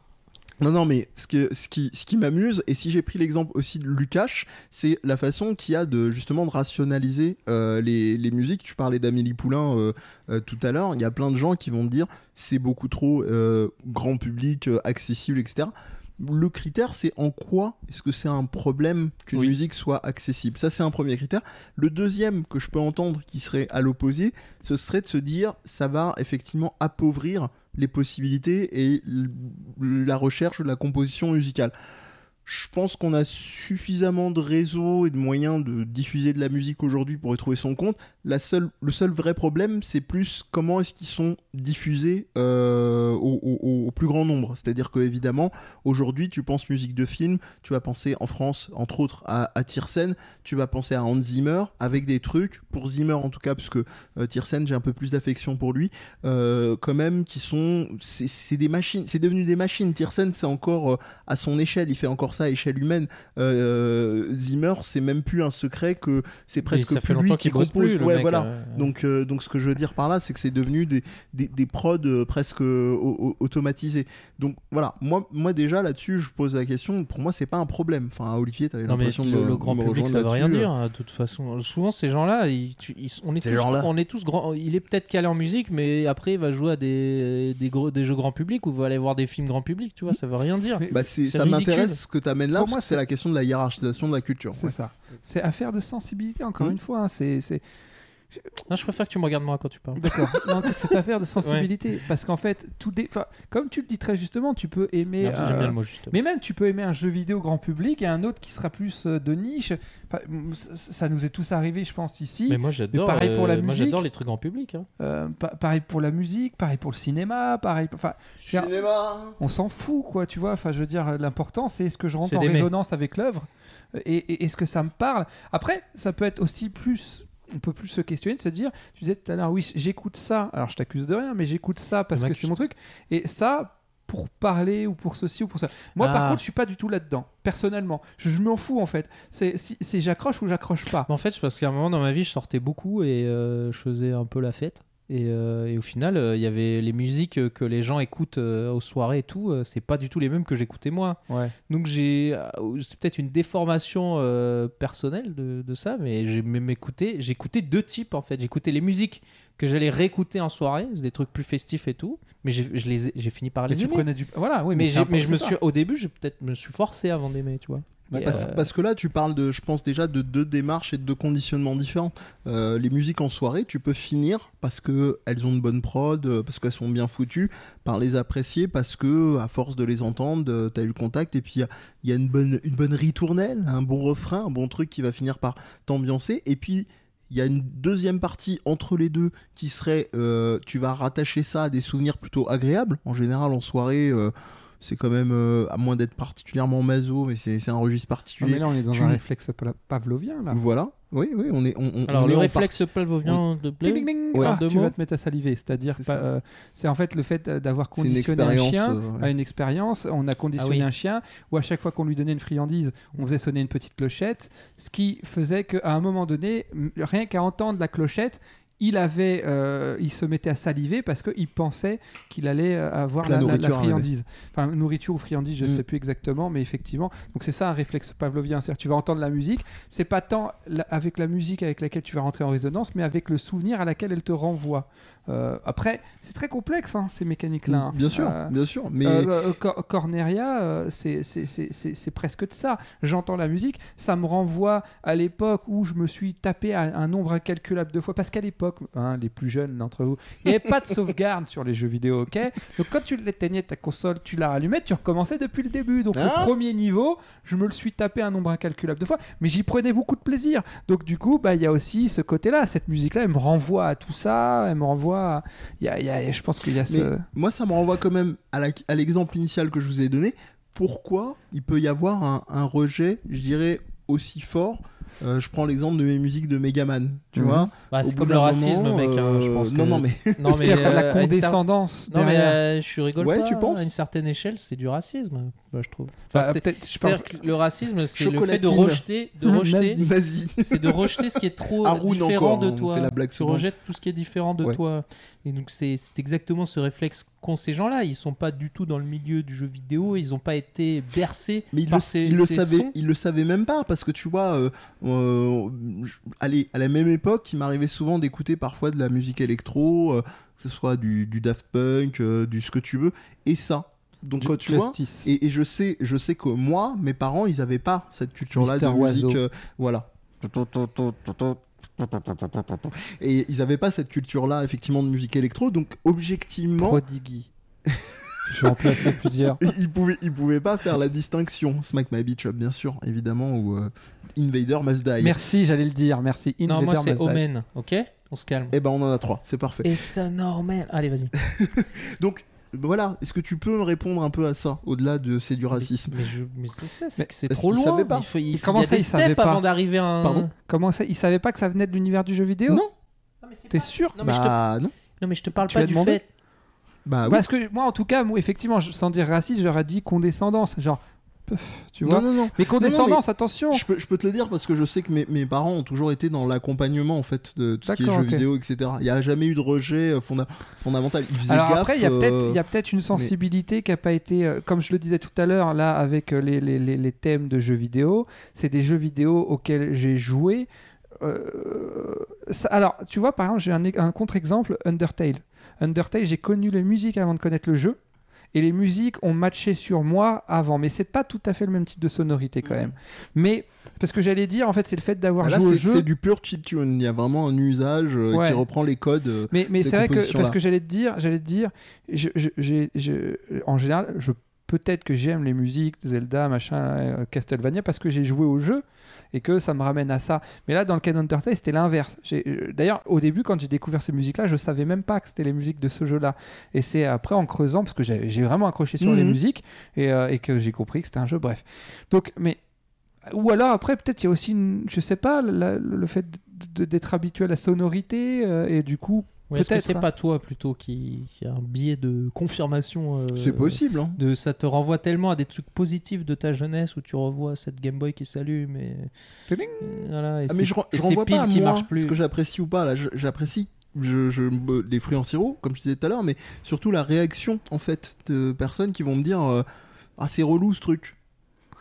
Non, non, mais ce, que, ce qui, ce qui m'amuse, et si j'ai pris l'exemple aussi de Lukash, c'est la façon qu'il y a de justement de rationaliser euh, les, les musiques. Tu parlais d'Amélie Poulain euh, euh, tout à l'heure. Il y a plein de gens qui vont te dire c'est beaucoup trop euh, grand public, euh, accessible, etc. Le critère, c'est en quoi est-ce que c'est un problème qu'une
Oui.
musique soit accessible Ça, c'est un premier critère. Le deuxième que je peux entendre qui serait à l'opposé, ce serait de se dire ça va effectivement appauvrir les possibilités et l- la recherche de la composition musicale. Je pense qu'on a suffisamment de réseaux et de moyens de diffuser de la musique aujourd'hui pour y trouver son compte. La seule, le seul vrai problème, c'est plus comment est-ce qu'ils sont diffusés euh, au, au- au plus grand nombre. C'est-à-dire que évidemment, aujourd'hui, tu penses musique de film, tu vas penser en France, entre autres, à, à Tiersen, tu vas penser à Hans Zimmer avec des trucs pour Zimmer en tout cas, parce que euh, Tiersen, j'ai un peu plus d'affection pour lui euh, quand même qui sont c'est- c'est des machines c'est devenu des machines Tiersen c'est encore euh, à son échelle il fait encore ça à échelle humaine Euh, Zimmer c'est même plus un secret que c'est presque
ça fait
plus lui
longtemps
qui
qu'il bosse
compose
plus, le
ouais
mec,
voilà
euh,
donc, euh, donc ce que je veux dire par là, c'est que c'est devenu des, des, des prods euh, presque euh, au- au- automatisés. Donc voilà, moi, moi déjà là-dessus, je pose la question, pour moi c'est pas un problème. Enfin, Olivier, t'avais
Non mais
l'impression de
le,
me-
le grand
me
public
rejoindre
ça veut rien
là-dessus.
dire hein, de toute façon. Souvent ces gens-là, ils- tu- ils- on est
Ces
tous,
gens-là.
on est tous grands. Il est peut-être calé en musique, mais après il va jouer à des des, gros, des jeux grand public ou va aller voir des films grand public. Tu vois, ça veut rien dire.
Mais-
Bah, c'est-
C'est
ça
ridicule.
m'intéresse ce que t'amènes là,
Pour
parce
moi,
que c'est
c'est-
la question de la hiérarchisation de la culture.
C'est ça. C'est affaire de sensibilité, encore
Mm.
une fois. hein. C'est, c'est...
Non, je préfère que tu me regardes moi quand tu parles.
D'accord. Non, que c'est affaire de sensibilité. Parce qu'en fait, tout dé... enfin, comme tu le dis très justement, tu peux aimer.
Merci,
euh,
j'aime bien le mot juste.
Mais même, tu peux aimer un jeu vidéo grand public et un autre qui sera plus euh, de niche. Enfin, m- c- ça nous est tous arrivé, je pense, ici.
Mais moi j'adore.
Mais pareil pour la
euh, Moi
musique.
j'adore les trucs grand public. hein.
Euh, pa- pareil pour la musique, pareil pour le cinéma, pareil. pour- Enfin, Tiens. on s'en fout, quoi, tu vois. Enfin, je veux dire, l'important, c'est est-ce que je rentre
C'est
en
d'aimer.
résonance avec l'œuvre et, et est-ce que ça me parle. Après, ça peut être aussi plus. On peut plus se questionner, de se dire, tu disais tout à l'heure, oui, j'écoute ça. Alors, je t'accuse de rien, mais j'écoute ça parce
Il y en a
que
qui
c'est
se-
mon truc. Et ça, pour parler ou pour ceci ou pour ça. Moi, par
Ah.
contre, je suis pas du tout là-dedans, personnellement. Je, je m'en fous, en fait. C'est si, c'est j'accroche ou j'accroche pas.
Mais en fait, c'est parce qu'à un moment dans ma vie, je sortais beaucoup et euh, je faisais un peu la fête. Et, euh, et au final, euh, il y avait les musiques euh, que les gens écoutent euh, aux soirées et tout. euh, c'est pas du tout les mêmes que j'écoutais moi.
Ouais.
Donc j'ai, euh, c'est peut-être une déformation euh, personnelle de, de ça, mais j'ai même écouté, j'écoutais deux types en fait. J'écoutais les musiques que j'allais réécouter en soirée, c'est des trucs plus festifs et tout, mais j'ai, je les ai- j'ai fini par
Mais
les
tu
aimer.
prenais du. Voilà, oui,
mais,
c'est
j'ai- mais je
important,
me suis,
c'est
au début, j'ai peut-être me suis forcé avant d'aimer, tu vois. Et,
Parce,
euh,
parce que là, tu parles de, je pense déjà, de deux démarches et de deux conditionnements différents. Euh, les musiques en soirée, tu peux finir parce que elles ont de bonnes prod, euh, parce qu'elles sont bien foutues, par les apprécier, parce que à force de les entendre, euh, t'as eu le contact et puis il y a- il y, a une bonne, une bonne ritournelle, un bon refrain, un bon truc qui va finir par t'ambiancer. Et puis il y a une deuxième partie entre les deux qui serait, euh, tu vas rattacher ça à des souvenirs plutôt agréables. En général, en soirée. euh, c'est quand même, euh, à moins d'être particulièrement maso, mais c'est c'est un registre
Non,
particulier.
Ah, mais là, on est dans
tu-
un réflexe pla- pavlovien, là.
Voilà. Oui, oui, on est. On, on-
alors
on
le
est en
réflexe pavlovien de
Ding, ding, ding.
Ouais.
Ah,
En deux
tu
mots.
vas te mettre à saliver, c'est-à-dire
C'est
pas,
ça.
euh, c'est en fait le fait euh, d'avoir
partie- C'est une
conditionné un
expérience.
chien
euh, ouais.
à une expérience. On a conditionné
Ah oui.
un chien où à chaque fois qu'on lui donnait une friandise, on faisait sonner une petite clochette, ce qui faisait qu'à un moment donné, m- rien qu'à entendre la clochette, il avait, euh, il se mettait à saliver parce qu'il pensait qu'il allait euh, avoir
La
la, la- la
nourriture arrivait.
friandise. Enfin, nourriture ou friandise, je ne
Mm.
sais plus exactement, mais effectivement. Donc c'est ça un réflexe pavlovien, c'est-à-dire tu vas entendre la musique c'est pas tant la- avec la musique avec laquelle tu vas rentrer en résonance, mais avec le souvenir à laquelle elle te renvoie. Euh, après, c'est très complexe hein, ces mécaniques-là. hein.
Bien sûr,
Euh,
bien sûr. Mais
euh, euh, Cor- Corneria, euh, c'est- c'est- c'est c'est- c'est presque de ça. J'entends la musique, ça me renvoie à l'époque où je me suis tapé à un nombre incalculable de fois. Parce qu'à l'époque, hein, les plus jeunes d'entre vous, il n'y avait pas de sauvegarde sur les jeux vidéo, ok Donc quand tu l'éteignais ta console, tu la rallumais, tu recommençais depuis le début. Donc
Ah.
le premier niveau, je me le suis tapé un nombre incalculable de fois, mais j'y prenais beaucoup de plaisir. Donc du coup, bah, il y a aussi ce côté-là. Cette musique-là, elle me renvoie à tout ça, elle me renvoie à... il y a- il y a- je pense qu'il y a ce...
Mais moi, ça me renvoie quand même à la- à l'exemple initial que je vous ai donné. Pourquoi il peut y avoir un, un rejet, je dirais, aussi fort Euh, Je prends l'exemple de mes musiques de Megaman, tu
Mhm.
vois.
Bah,
Au
c'est
bout
comme
d'un
le racisme,
moment,
mec. hein, je
euh,
pense que...
Non, non, mais
Non,
Parce qu'il y a pas de la
euh, à une cer-
condescendance
Non, mais
derrière.
euh, je rigole
Ouais,
pas.
tu penses
À une certaine échelle, c'est du racisme, bah, je trouve.
Enfin,
Enfin, c'était-
peut-être, je
C'est-à-dire
parle-
que le racisme, c'est le fait de
Chocolatine. Ah,
rejeter, de rejeter,
vas-y, vas-y.
c'est de rejeter ce qui est trop euh,
Haroun
différent
encore,
de
on
toi.
fait la blague
tu
souvent.
rejettes tout ce qui est différent de
Ouais.
toi. Et donc c'est c'est exactement ce réflexe qu'ont ces gens-là. Ils sont pas du tout dans le milieu du jeu vidéo. Ils ont pas été bercés
Mais il
par
le,
ces,
il le
ces
savait,
sons.
il le savait même pas parce que tu vois, euh, euh, je- allez, à la même époque, il m'arrivait souvent d'écouter parfois de la musique électro, euh, que ce soit du, du Daft Punk, euh, du ce que tu veux, et ça. Donc quand tu vois,
Justice.
et, et je sais, je sais que moi, mes parents, ils avaient pas cette culture-là de
Mister Oiseau.
musique, euh, voilà. Et ils avaient pas cette culture-là, effectivement, de musique électro. Donc objectivement,
Prodigy. je vais en placer plusieurs.
il pouvait, il pouvait pas faire la distinction. Smack My Beach Up, bien sûr, évidemment, ou euh, Invader Must Die.
Merci, j'allais le dire. Merci.
Non, moi
Invader
c'est
Must Die.
Omen. Ok, on se calme.
Eh ben, on en a trois, c'est parfait.
It's a normal. Allez, vas-y.
Donc, voilà, est-ce que tu peux me répondre un peu à ça, au-delà de c'est du racisme
Mais, je- mais c'est ça, c'est
Mais
que c'est
parce
trop
qu'il
loin.
savait pas.
Il faut, il
Mais
faut-
comment
il y a
ça,
des
il savait
steps
pas
avant d'arriver à un.
Pardon
Comment ça Il savait pas que ça venait de l'univers du jeu vidéo
Non,
Non, mais c'est
T'es
pas-
sûr
Non mais, je te...
bah non.
non, mais je te parle
Tu
pas
l'as
du
demandé
fait.
Bah oui.
Parce que moi, en tout cas, moi, effectivement, je- sans dire raciste, j'aurais dit condescendance. Genre, pff, tu vois.
non, non, non.
Mais
Non,
condescendance,
non,
attention.
mais je, peux, je peux te le dire parce que je sais que mes, mes parents ont toujours été dans l'accompagnement en fait de tout ce qui est jeux
D'accord, ok.
vidéo, etc. Il n'y a jamais eu de rejet euh, fonda- fondamental. Ils faisaient
Alors
gaffe,
après, il y a
euh,
peut-être il y a peut-être une sensibilité qui a pas été, euh, comme je le disais tout à l'heure, là avec euh, les, les- les- les thèmes de jeux vidéo, c'est des jeux vidéo auxquels j'ai joué. Euh, ça- alors, tu vois, par exemple, j'ai un, é- un contre-exemple, Undertale. Undertale, j'ai connu les musiques avant de connaître le jeu. Et les musiques ont matché sur moi avant, mais c'est pas tout à fait le même type de sonorité quand même. Mais parce que j'allais dire, en fait, c'est le fait d'avoir
Ah Là,
joué au
euh, c'est
jeu.
c'est du pur chiptune. Il y a vraiment un usage euh,
Ouais.
qui reprend les codes. euh,
Mais, mais
ces
c'est vrai que
compositions-là.
parce que j'allais te dire, j'allais te dire, je, je- j'ai- je- en général, je peut-être que j'aime les musiques Zelda, machin, euh, Castlevania parce que j'ai joué au jeu et que ça me ramène à ça. Mais là, dans le cas d'Undertale, c'était l'inverse. J'ai- euh, D'ailleurs, au début, quand j'ai découvert ces musiques-là, je savais même pas que c'était les musiques de ce jeu-là. Et c'est après en creusant, parce que j'ai j'ai vraiment accroché sur les
Mhm.
musiques et, euh, et que j'ai compris que c'était un jeu. Bref. Donc, mais ou alors après, peut-être il y a aussi, une, je sais pas, la- le fait de- de- d'être habitué à la sonorité euh, et du coup
Ouais, est-ce que
Peut-être,
c'est
hein.
pas toi plutôt qui, qui a un biais de confirmation euh,
C'est possible. Hein.
de, Ça te renvoie tellement à des trucs positifs de ta jeunesse où tu revois cette Game Boy qui s'allume et.
Tuling.
et voilà, et
Ah,
c'est-
mais je, ren-
et
je
c'est
renvoie
pile
pas à
qui
moi
marche plus.
ce que j'apprécie ou pas. Là, Je- j'apprécie je, je- euh, les fruits en sirop, comme je disais tout à l'heure, mais surtout la réaction en fait de personnes qui vont me dire euh, ah c'est relou ce truc.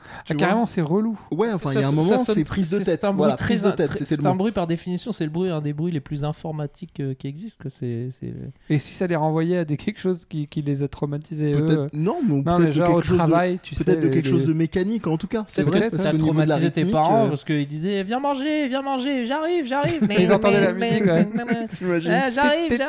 Tu
Ah,
vois
carrément, c'est relou.
Ouais, enfin il y
Ça-
a un
ça
moment
sonne
c'est
tr-
prise de
c'est-
tête.
C'est un bruit,
Voilà,
très
prise de
in-
tête,
très-
c'était le
c'est un
mot.
bruit par définition, c'est le bruit, un des bruits les plus informatiques euh, qui existent. Que c'est, c'est...
Et si ça les renvoyait à des quelque chose qui, qui les a traumatisés eux, euh,
Peut-être non, mais ou
Non,
peut-être
mais
de
genre au
quelque chose de
travail, tu sais.
peut-être de
les-
quelque
les-
chose de mécanique en tout cas. C'est
Peut-être
vrai
que
parce
ça
que
a
au niveau de la
traumatisé tes
rythmique,
parents
euh,
parce qu'ils disaient Viens manger, viens manger, j'arrive, j'arrive.
Et ils entendaient la musique, ouais.
t'imagines
Ah, J'arrive,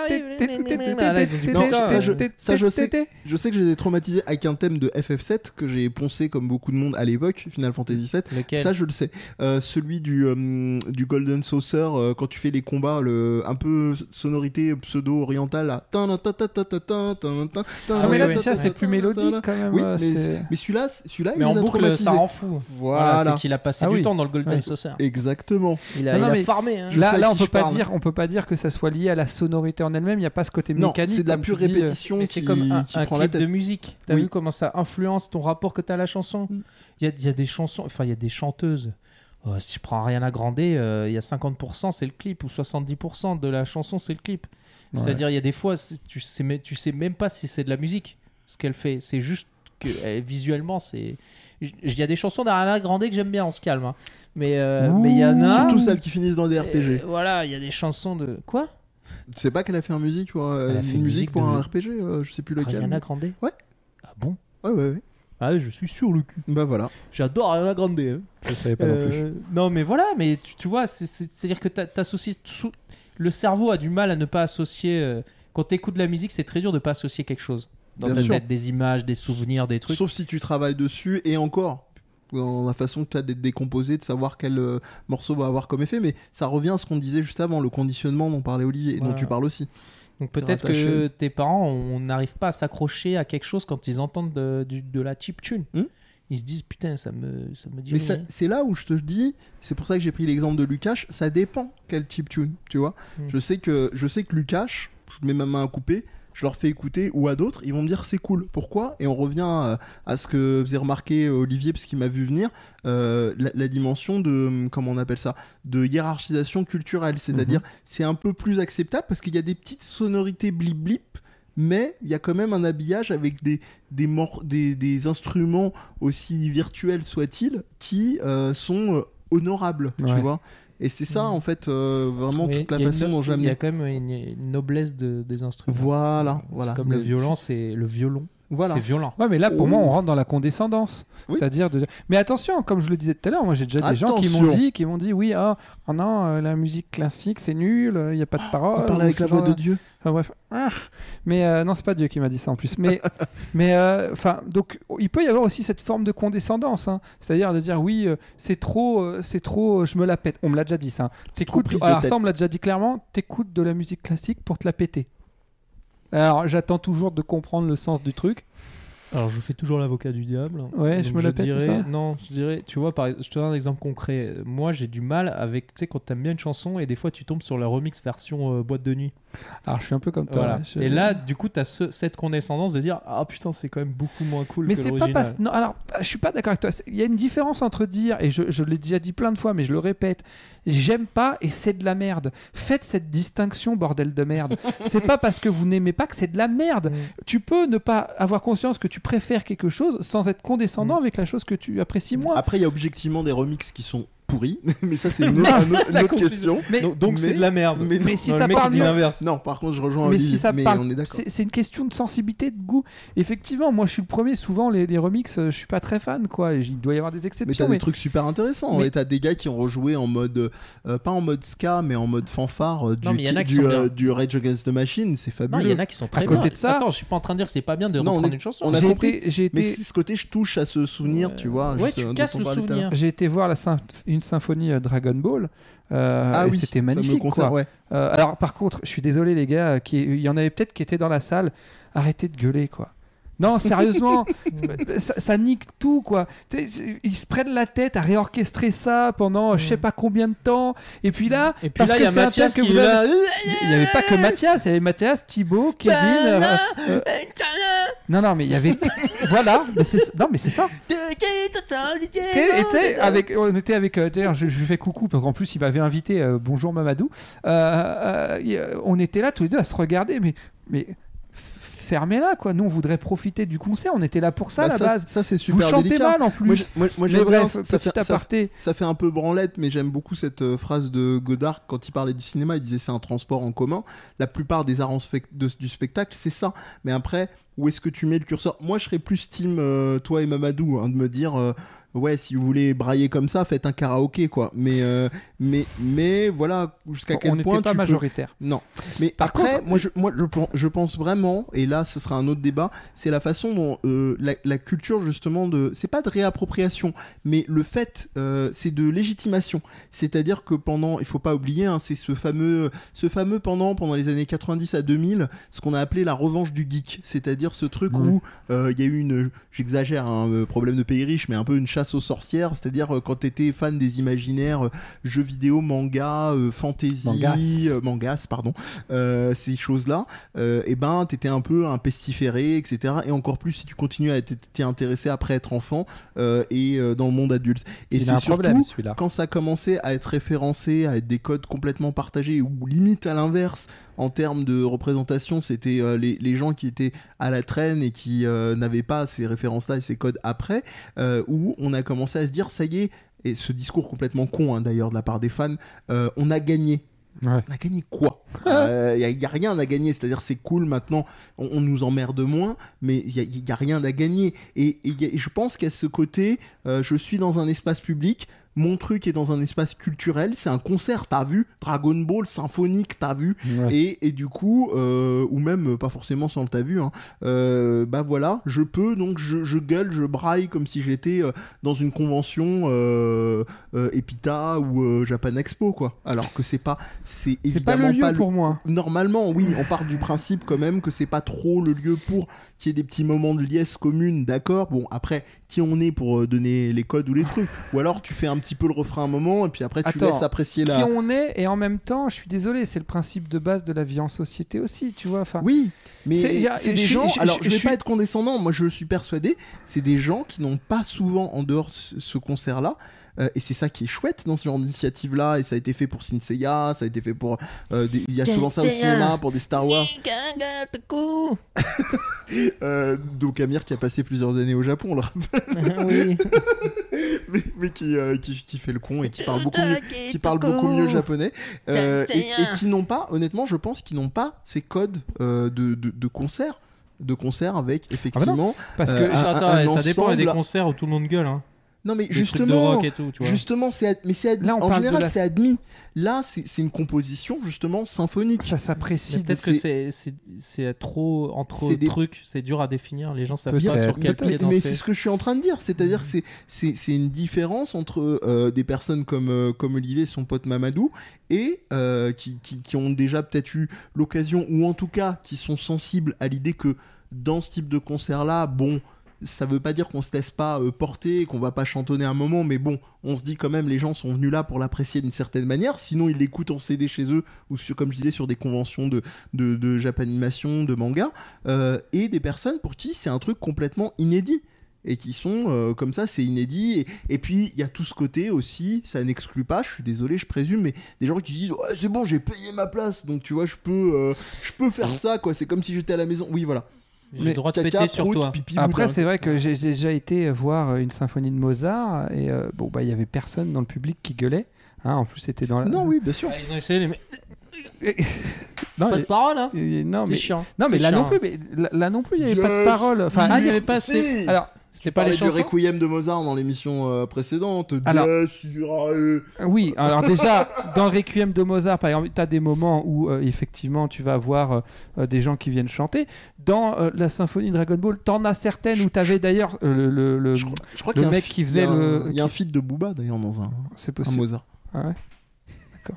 Ah, là, ils ont dit,
Non,
putain,
ça,
euh,
je- ça, je sais. Je sais que je les ai traumatisés avec un thème de FF7 que j'ai poncé comme beaucoup de monde à l'époque, Final Fantasy 7.
Lequel
Ça, je le sais. Euh, celui du, euh, du Golden Saucer, euh, quand tu fais les combats, le, un peu sonorité pseudo-orientale, là. Tin, tin, tin, tin, tin, tin, tin, tin,
Ah, mais
oui,
là,
oui,
déjà,
oui.
c'est plus mélodique quand même.
Oui,
euh,
mais
c'est-
Mais celui-là, c- celui-là, il
Mais en
les a
boucle,
traumatisés.
ça rend fou.
Voilà.
c'est qu'il a passé
Ah
du
oui.
temps dans le Golden
Ouais.
Saucer.
Exactement.
Il a,
Non,
il
non,
a
mais-
farmé. hein.
sais
Là,
à
là, on
qui
peut
je
pas
parle.
dire, on peut pas dire que ça soit lié à la sonorité en elle-même. Il n'y a pas ce côté
Non,
mécanique.
c'est de la
comme
pure
tu dis, euh,
répétition
Mais
qui,
c'est comme un,
qui
un
prend la
clip
tête.
de musique. T'as
Oui.
vu comment ça influence ton rapport que t'as à la chanson
Mm.
Il y a, il y a des chansons, enfin il y a des chanteuses. Euh, si je prends rien à grander, euh, il y a 50% c'est le clip ou 70% de la chanson c'est le clip.
Ouais.
C'est-à-dire il y a des fois c'est- tu sais mais- tu sais même pas si c'est de la musique ce qu'elle fait. C'est juste que elle- visuellement c'est. J- Il y a des chansons d'Ariana Grande que j'aime bien, on se calme. hein. Mais euh, mais il y en a.
Surtout celles qui finissent dans des
Euh,
RPG.
voilà, il y a des chansons de quoi
Tu sais pas qu'elle a fait une musique pour, euh,
Elle a fait
une
une
musique
musique
pour
de-
un RPG, euh, je sais plus lequel.
Ariana Grande
Ouais.
Ah bon
Ouais, ouais, ouais.
Ah, je suis sur le cul.
Bah voilà.
J'adore Ariana Grande. hein.
Je savais pas non plus.
Euh, non, mais voilà, mais tu, tu vois, c'est- c'est- c'est-à-dire que t'a- t'associes tout- le cerveau a du mal à ne pas associer. euh, quand t'écoutes de la musique, c'est très dur de pas associer quelque chose. Dans
Bien
ta
sûr.
tête, des images, des souvenirs, des trucs.
Sauf si tu travailles dessus et encore dans la façon que tu as d'être décomposé, de savoir quel euh, morceau va avoir comme effet, mais ça revient à ce qu'on disait juste avant, le conditionnement dont parlait Olivier, et dont
Voilà.
tu parles aussi.
Donc
c'est
peut-être que
rattaché.
tes parents, on n'arrive pas à s'accrocher à quelque chose quand ils entendent de, du- de la chip tune.
Hmm.
ils se disent putain, ça me, ça me dit.
Mais
rien.
ça- c'est là où je te dis, c'est pour ça que j'ai pris l'exemple de Lucash, ça dépend quel chiptune, tu vois.
Mm.
Je sais que je sais que Lucash, je mets ma main à couper, je leur fais écouter ou à d'autres, ils vont me dire c'est cool. Pourquoi Et on revient à, à ce que faisait remarquer Olivier parce qu'il m'a vu venir, euh, la, la dimension de hum, comment on appelle ça, de hiérarchisation culturelle, c'est-à-dire
Mhm.
c'est un peu plus acceptable parce qu'il y a des petites sonorités blip blip. Mais il y a quand même un habillage avec des, des, mor- des, des instruments aussi virtuels soient-ils qui euh, sont euh, honorables, tu
Ouais.
vois. Et c'est ça,
Mhm.
en fait, euh, vraiment
Oui,
toute la
il y a une
façon
no-
dont
Il y
j'amène.
a quand même une, une noblesse de- des instruments.
Voilà, voilà.
C'est comme
Il y
le
a-
violon, c'est le violon.
Voilà.
C'est violent.
Ouais, mais là, pour moi,
Oh.
on rentre dans la condescendance.
Oui.
C'est-à-dire de. Mais attention, comme je le disais tout à l'heure, moi, j'ai déjà des gens qui m'ont
Attention.
dit, qui m'ont dit, oui, ah, oh non, euh, la musique classique, c'est nul, il n'y a pas de parole.
Il parle avec la voix de Dieu.
Enfin, bref. Ah. Mais euh, non, c'est pas Dieu qui m'a dit ça en plus. Mais, mais euh, enfin, donc il peut y avoir aussi cette forme de condescendance, hein. c'est-à-dire de dire oui, euh, c'est trop, euh, c'est trop, euh, je me la pète. On me l'a déjà dit ça.
trop
T'écoutes,
prise de
alors
tête.
ça, on me l'a déjà dit clairement. T'écoutes de la musique classique pour te la péter. Alors j'attends toujours de comprendre le sens du truc.
Alors, je fais toujours l'avocat du diable. hein.
Ouais, je
Donc,
me la pète, c'est
dirais,
ça
Non, je dirais, tu vois, par, ex- je te donne un exemple concret. Moi, j'ai du mal avec, tu sais, quand t'aimes bien une chanson et des fois tu tombes sur la remix version euh, boîte de nuit.
Alors je suis un peu comme toi.
voilà.
ouais, je-
Et là, du coup, t'as ce, cette condescendance de dire, ah putain, c'est quand même beaucoup moins cool
Mais
que
c'est pas
l'original.
parce... non, alors je suis pas d'accord avec toi. C'est- Il y a une différence entre dire et je, je l'ai déjà dit plein de fois, mais je le répète, j'aime pas et c'est de la merde. Faites cette distinction, bordel de merde. c'est pas parce que vous n'aimez pas que c'est de la merde. Tu peux ne pas avoir conscience que tu préfères quelque chose sans être condescendant avec la chose que tu apprécies moins.
Après, il y a objectivement des remixes qui sont pourris, mais ça, c'est une autre, un autre- une
La
autre
confusion.
question.
mais
Donc, donc
Mais-
c'est de la merde.
mais non.
Mais si
Non,
ça
le mec, il
parle
dit
mieux-
l'inverse.
Non, par contre, je rejoins
mais
Olivier,
si ça
mais
parle,
on est d'accord.
c'est c'est une question de sensibilité, de goût. Effectivement, moi je suis le premier. Souvent, les, les remixes, euh, je suis pas très fan, quoi. et j- Il doit y avoir des
Mais t'as
exceptions.
des trucs super intéressants.
Mais-
Et t'as des gars qui ont rejoué en mode. euh, pas en mode ska, mais en mode fanfare euh, du,
Non, mais y en a qui
du,
sont
euh,
bien.
du Rage Against the Machine. C'est
Non, il y
fabuleux.
en a qui sont très
côté
bien.
de ça-
Attends, je suis pas en train de dire que c'est pas bien de
Non, on
reprendre
est-
une chanson.
on a
J'ai
compris.
été, j'ai
Mais
été-
c'est ce côté, je touche à ce souvenir,
Ouais.
tu vois.
Ouais,
juste,
tu
euh, dont
casses
on
le
parlait tout à l'heure.
souvenir.
J'ai été voir la syn- une symphonie euh, Dragon Ball. euh,
Ah
et c'était
Ah fameux
magnifique.
concert,
quoi.
ouais.
Euh, alors, par contre, je suis désolé, les gars, euh, qui- il y en avait peut-être qui étaient dans la salle. Arrêtez de gueuler, quoi. Non, sérieusement, ça, ça nique tout, quoi. T'es- Ils se prennent la tête à réorchestrer ça pendant euh, je sais pas combien de temps. Et puis là,
Et puis
parce
là, il
que
y a
c'est un
Mathias
thème
qui
que
est
vous
là.
avez- Il n'y avait pas que Mathias, il y avait Mathias, Thibaut, Kevin. euh, euh, Non, non, mais il y avait. voilà, mais c'est- non, mais c'est ça. T'sais, et t'sais, avec, on était avec. euh, D'ailleurs, je, je lui fais coucou parce qu'en plus, il m'avait invité. euh, bonjour Mamadou. Euh, euh, y- euh, on était là tous les deux à se regarder, mais, mais f- fermez-la quoi. Nous, on voudrait profiter du concert. On était là pour ça
Bah,
à la
ça,
base.
ça, c'est
Vous
super
chantez
délicat.
mal en
Moi,
plus.
je- moi, moi,
mais
j'aime bien,
bref,
ça,
petit
fait, ça-
aparté.
ça fait un peu branlette, mais j'aime beaucoup cette euh, phrase de Godard quand il parlait du cinéma. Il disait c'est un transport en commun. La plupart des arts en spec- de- du spectacle, c'est ça. Mais après, où est-ce que tu mets le curseur Moi, je serais plus team, euh, toi et Mamadou, hein, de me dire euh, ouais, si vous voulez brailler comme ça, faites un karaoké, quoi. Mais, euh, mais, mais voilà, jusqu'à quel
on
point
n'était pas
tu peux-
majoritaire.
Non. Mais
Par
après,
contre-
moi, je, moi je, pen- je pense vraiment, et là ce sera un autre débat, c'est la façon dont euh, la, la culture justement de... C'est pas de réappropriation, mais le fait, euh, c'est de légitimation. C'est-à-dire que pendant, il faut pas oublier, hein, c'est ce fameux, ce fameux pendant, pendant les années 90 à 2000, ce qu'on a appelé la revanche du geek. C'est-à-dire ce truc
Mhm.
où euh, il y a eu une, j'exagère, un problème de pays riche, mais un peu une chasse aux sorcières. C'est-à-dire euh, quand t'étais fan des imaginaires, euh, jeux vidéo, manga, euh, fantasy,
Mangas.
euh, mangas, pardon, euh, ces choses-là, euh, eh ben t'étais un peu un pestiféré, etc. Et encore plus si tu continues à être- t'y intéresser après être enfant euh, et euh, dans le monde adulte. Et
il a
c'est
un problème
surtout
celui-là.
quand ça commençait à être référencé, à être des codes complètement partagés ou limite à l'inverse en termes de représentation, c'était euh, les, les gens qui étaient à la traîne et qui euh, n'avaient pas ces références-là et ces codes après, euh, où on a commencé à se dire ça y est, et ce discours complètement con hein, d'ailleurs de la part des fans, euh, on a gagné.
Ouais.
On a gagné quoi Il n'y Euh, a, rien à gagner. C'est-à-dire, c'est cool maintenant, on, on nous emmerde moins, mais il n'y a, rien à gagner. Et, et y a- et je pense qu'à ce côté, euh, je suis dans un espace public, mon truc est dans un espace culturel, c'est un concert, t'as vu Dragon Ball, symphonique, t'as vu
Ouais.
et, et du coup, euh, ou même euh, pas forcément sans le t'as vu, hein, euh, bah voilà, je peux, donc je, je gueule, je braille comme si j'étais euh, dans une convention euh, euh, Epita ou euh, Japan Expo, quoi. Alors que c'est pas, c'est
C'est pas le
évidemment
lieu pour moi.
Normalement, oui, on part du principe quand même que c'est pas trop le lieu pour qu'il y ait des petits moments de liesse commune, d'accord Bon, après, qui on est pour euh, donner les codes ou les trucs Ou alors tu fais un petit peu le refrain un moment et puis après tu
Attends,
laisses apprécier la.
Qui on est et en même temps, je suis désolé, c'est le principe de base de la vie en société aussi, tu vois. Enfin,
Oui,
C'est-
mais
y a-
c'est des
je suis-
gens.
je-
alors,
je-
je vais
je
pas
suis-
être condescendant. Moi, je suis persuadé, c'est des gens qui n'ont pas souvent en dehors ce, ce concert-là. euh, et c'est ça qui est chouette dans ce genre d'initiative-là. Et ça a été fait pour Senseiya, ça a été fait pour. euh, des- Il y a souvent ça au cinéma pour des Star Wars. Euh, donc Amir qui a passé plusieurs années au Japon, là,
oui.
mais, mais qui, euh, qui, qui fait le con et qui parle beaucoup mieux, qui parle beaucoup mieux japonais euh, et, et qui n'ont pas, honnêtement, je pense qu'ils n'ont pas ces codes euh, de, de, de concert, de concert
Ah bah
avec effectivement.
parce que
Euh, un-
Attends,
un
ouais, ça dépend, il y a des
ensemble.
concerts où tout le monde gueule. Hein.
Non mais
Des trucs de
justement,
rock et tout, tu vois.
justement c'est ad- mais c'est ad-
Là, on
en
parle
général
de la-
c'est admis. Là c'est c'est une composition justement symphonique.
ça
Mais
s'apprécie.
peut-être
c'est-
que c'est- c'est c'est trop entre
C'est des-
trucs, c'est dur à définir. Les gens savent
Peut-être.
pas sur quel
Euh, Mais-
pied
mais
danser. Mm.
c'est ce que je suis en train de dire, c'est-à-dire que c'est- c'est c'est une différence entre euh, des personnes comme, euh, comme Olivier, son pote Mamadou, et euh, qui, qui- qui ont déjà peut-être eu l'occasion, ou en tout cas qui sont sensibles à l'idée que dans ce type de concert-là, bon, ça veut pas dire qu'on se laisse pas euh, porter, qu'on va pas chantonner un moment, mais bon, on se dit quand même les gens sont venus là pour l'apprécier d'une certaine manière, sinon ils l'écoutent en CD chez eux, ou sur, comme je disais, sur des conventions de, de, de japanimation, de manga. Euh, et des personnes pour qui c'est un truc complètement inédit et qui sont euh, comme ça, c'est inédit. Et, et puis il y a tout ce côté aussi, ça n'exclut pas. Je suis désolé, je présume, mais des gens qui disent ouais, c'est bon, j'ai payé ma place, donc tu vois, je peux, euh, je peux faire ça quoi. C'est comme si j'étais à la maison. Oui, voilà.
J'ai
mais
le droit de
Caca,
péter sur
prout,
toi.
pipi,
Après,
boudin.
c'est vrai que j'ai j'ai déjà été voir une symphonie de Mozart et euh, bon, bah, il y avait personne dans le public qui gueulait. Hein, en plus, c'était dans la.
non, oui, bien sûr.
Ah, ils ont essayé, les... mecs.
Non,
pas de parole, hein.
il- il- non,
C'est
mais,
chiant.
non, mais
C'est
là
chiant.
non plus, mais là, là non plus, il n'y avait pas de
Just
parole. Enfin,
Ah, il y
dire-
avait pas
Si.
assez.
Alors,
C'était pas
parlais
les
du
chansons.
requiem de Mozart dans l'émission euh, précédente.
Alors-
Bien sûr, euh,
Oui, alors déjà, dans le Requiem de Mozart, par exemple, tu as des moments où euh, effectivement tu vas voir euh, euh, des gens qui viennent chanter. Dans euh, la symphonie Dragon Ball, t'en as certaines où t'avais d'ailleurs euh, le. le- le-
je crois, je crois
le
qu'il y a un
mec
fi-
qui faisait
il y a un-
le-
Il y a un feat de Booba d'ailleurs dans un,
C'est
un
possible.
Mozart.
Ah ouais. D'accord.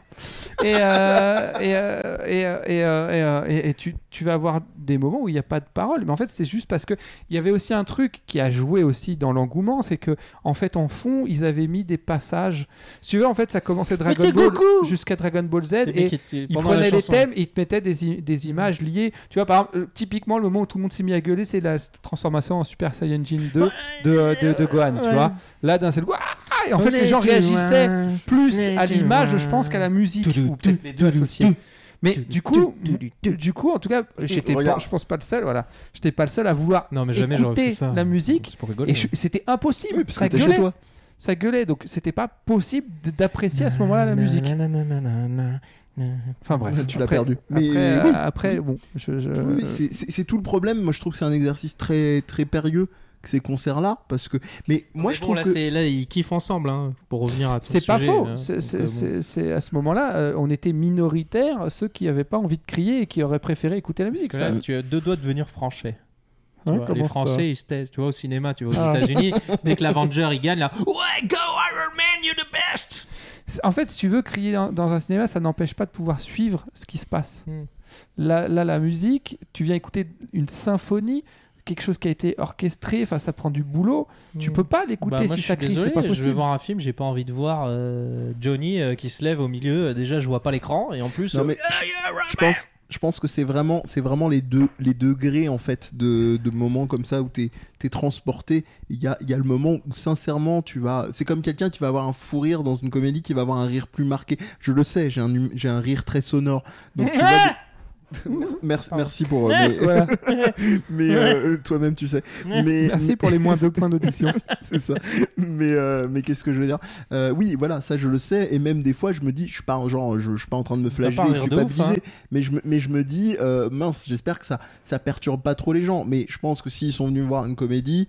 Et, euh, et, euh, et, euh, et, euh, et, euh, et- et tu, tu vas avoir des moments où il n'y a pas de parole. Mais en fait, c'est juste parce que il y avait aussi un truc qui a joué aussi dans l'engouement, c'est que en fait, en fond, ils avaient mis des passages. Si tu veux, en fait, ça commençait Dragon
c'est
Ball
Goku
jusqu'à Dragon Ball Z.
Les
Et,
mecs étaient-
il
pendant la
prenait les
chanson.
thèmes et il te mettait des, i- des images liées. Tu vois, par exemple, euh, typiquement, le moment où tout le monde s'est mis à gueuler, c'est la s- transformation en Super Saiyan Jin 2 de, euh, de, de Gohan, tu
Ouais.
vois. Là, d'un seul coup, ah et en fait, les gens réagissaient plus
Mais
à
tu
l'image,
vois.
je pense, qu'à la musique.
Tout,
Ou peut-être
tout,
les deux
tout,
associés.
tout,
Mais
tout,
du
tout,
coup,
tout, tout, tout.
du coup, en tout cas, j'étais pas,
Regarde.
je pense pas le seul, voilà. J'étais pas le seul à vouloir
Non, mais jamais hein. j'aurais
écouter
fait ça.
la musique.
C'est pour rigoler.
Et je- c'était impossible.
Oui, parce que
ça
t'es chez
gueulait.
toi.
Ça gueulait. Donc, c'était pas possible d- d'apprécier à ce moment-là la musique. Enfin bref.
tu l'as
Après-
perdu.
Après,
Mais
euh,
oui.
après, bon, je, euh, je-
Oui, oui, c'est- c'est c'est tout le problème. Moi, je trouve que c'est un exercice très très périlleux que ces concerts-là, parce que. Mais moi, je trouve
là,
que
c'est- là, ils kiffent ensemble, hein, pour revenir à ton
c'est pas
sujet,
faux.
hein.
C'est-
Donc,
c'est-
euh, bon.
c'est- c'est- à ce moment-là, euh, on était minoritaire, ceux qui n'avaient pas envie de crier et qui auraient préféré écouter la
Parce
musique.
que
ça.
là, tu as deux doigts de devenir français. Tu
Hein,
vois, les
comment ça
Français, ils se taisent. Tu vois, au cinéma, tu vas aux
Ah.
États-Unis, dès que l'Avenger il gagne, là, Ouais, go Iron Man, you're the best!
En fait, si tu veux crier dans, dans un cinéma, ça n'empêche pas de pouvoir suivre ce qui se passe.
Hmm.
Là, là, la musique, tu viens écouter une symphonie, quelque chose qui a été orchestré, enfin, ça prend du boulot. Tu peux pas l'écouter
Bah, moi,
si
je
ça
suis
crie,
désolé,
c'est pas
je vais
possible.
voir un film, j'ai pas envie de voir euh, Johnny euh, qui se lève au milieu. Euh, Déjà, je vois pas l'écran, et en plus,
Non,
euh,
mais je pense, je pense que c'est vraiment, c'est vraiment les deux, les degrés en fait de, de moments comme ça où t'es es transporté. Il y a, il y a le moment où sincèrement tu vas, c'est comme quelqu'un qui va avoir un fou rire dans une
Ah
comédie, qui va avoir un rire plus marqué. Je le sais, j'ai un, hum- j'ai un rire très sonore. Donc tu vois, des- Merci,
Pardon.
merci pour. euh, mais
Voilà.
mais, euh, toi-même, tu sais.
Ah.
Mais,
Merci pour les moins deux points d'audition.
c'est ça. Mais, euh, mais qu'est-ce que je veux dire Euh, Oui, voilà, ça je le sais. Et même des fois, je me dis, je suis pas en genre, je, je suis pas en train de me
pas
flageller,
un
et
rire de ouf, hein.
culpabiliser. Mais je me, mais je me dis, euh, mince, j'espère que ça, ça perturbe pas trop les gens. Mais je pense que s'ils sont venus voir une comédie.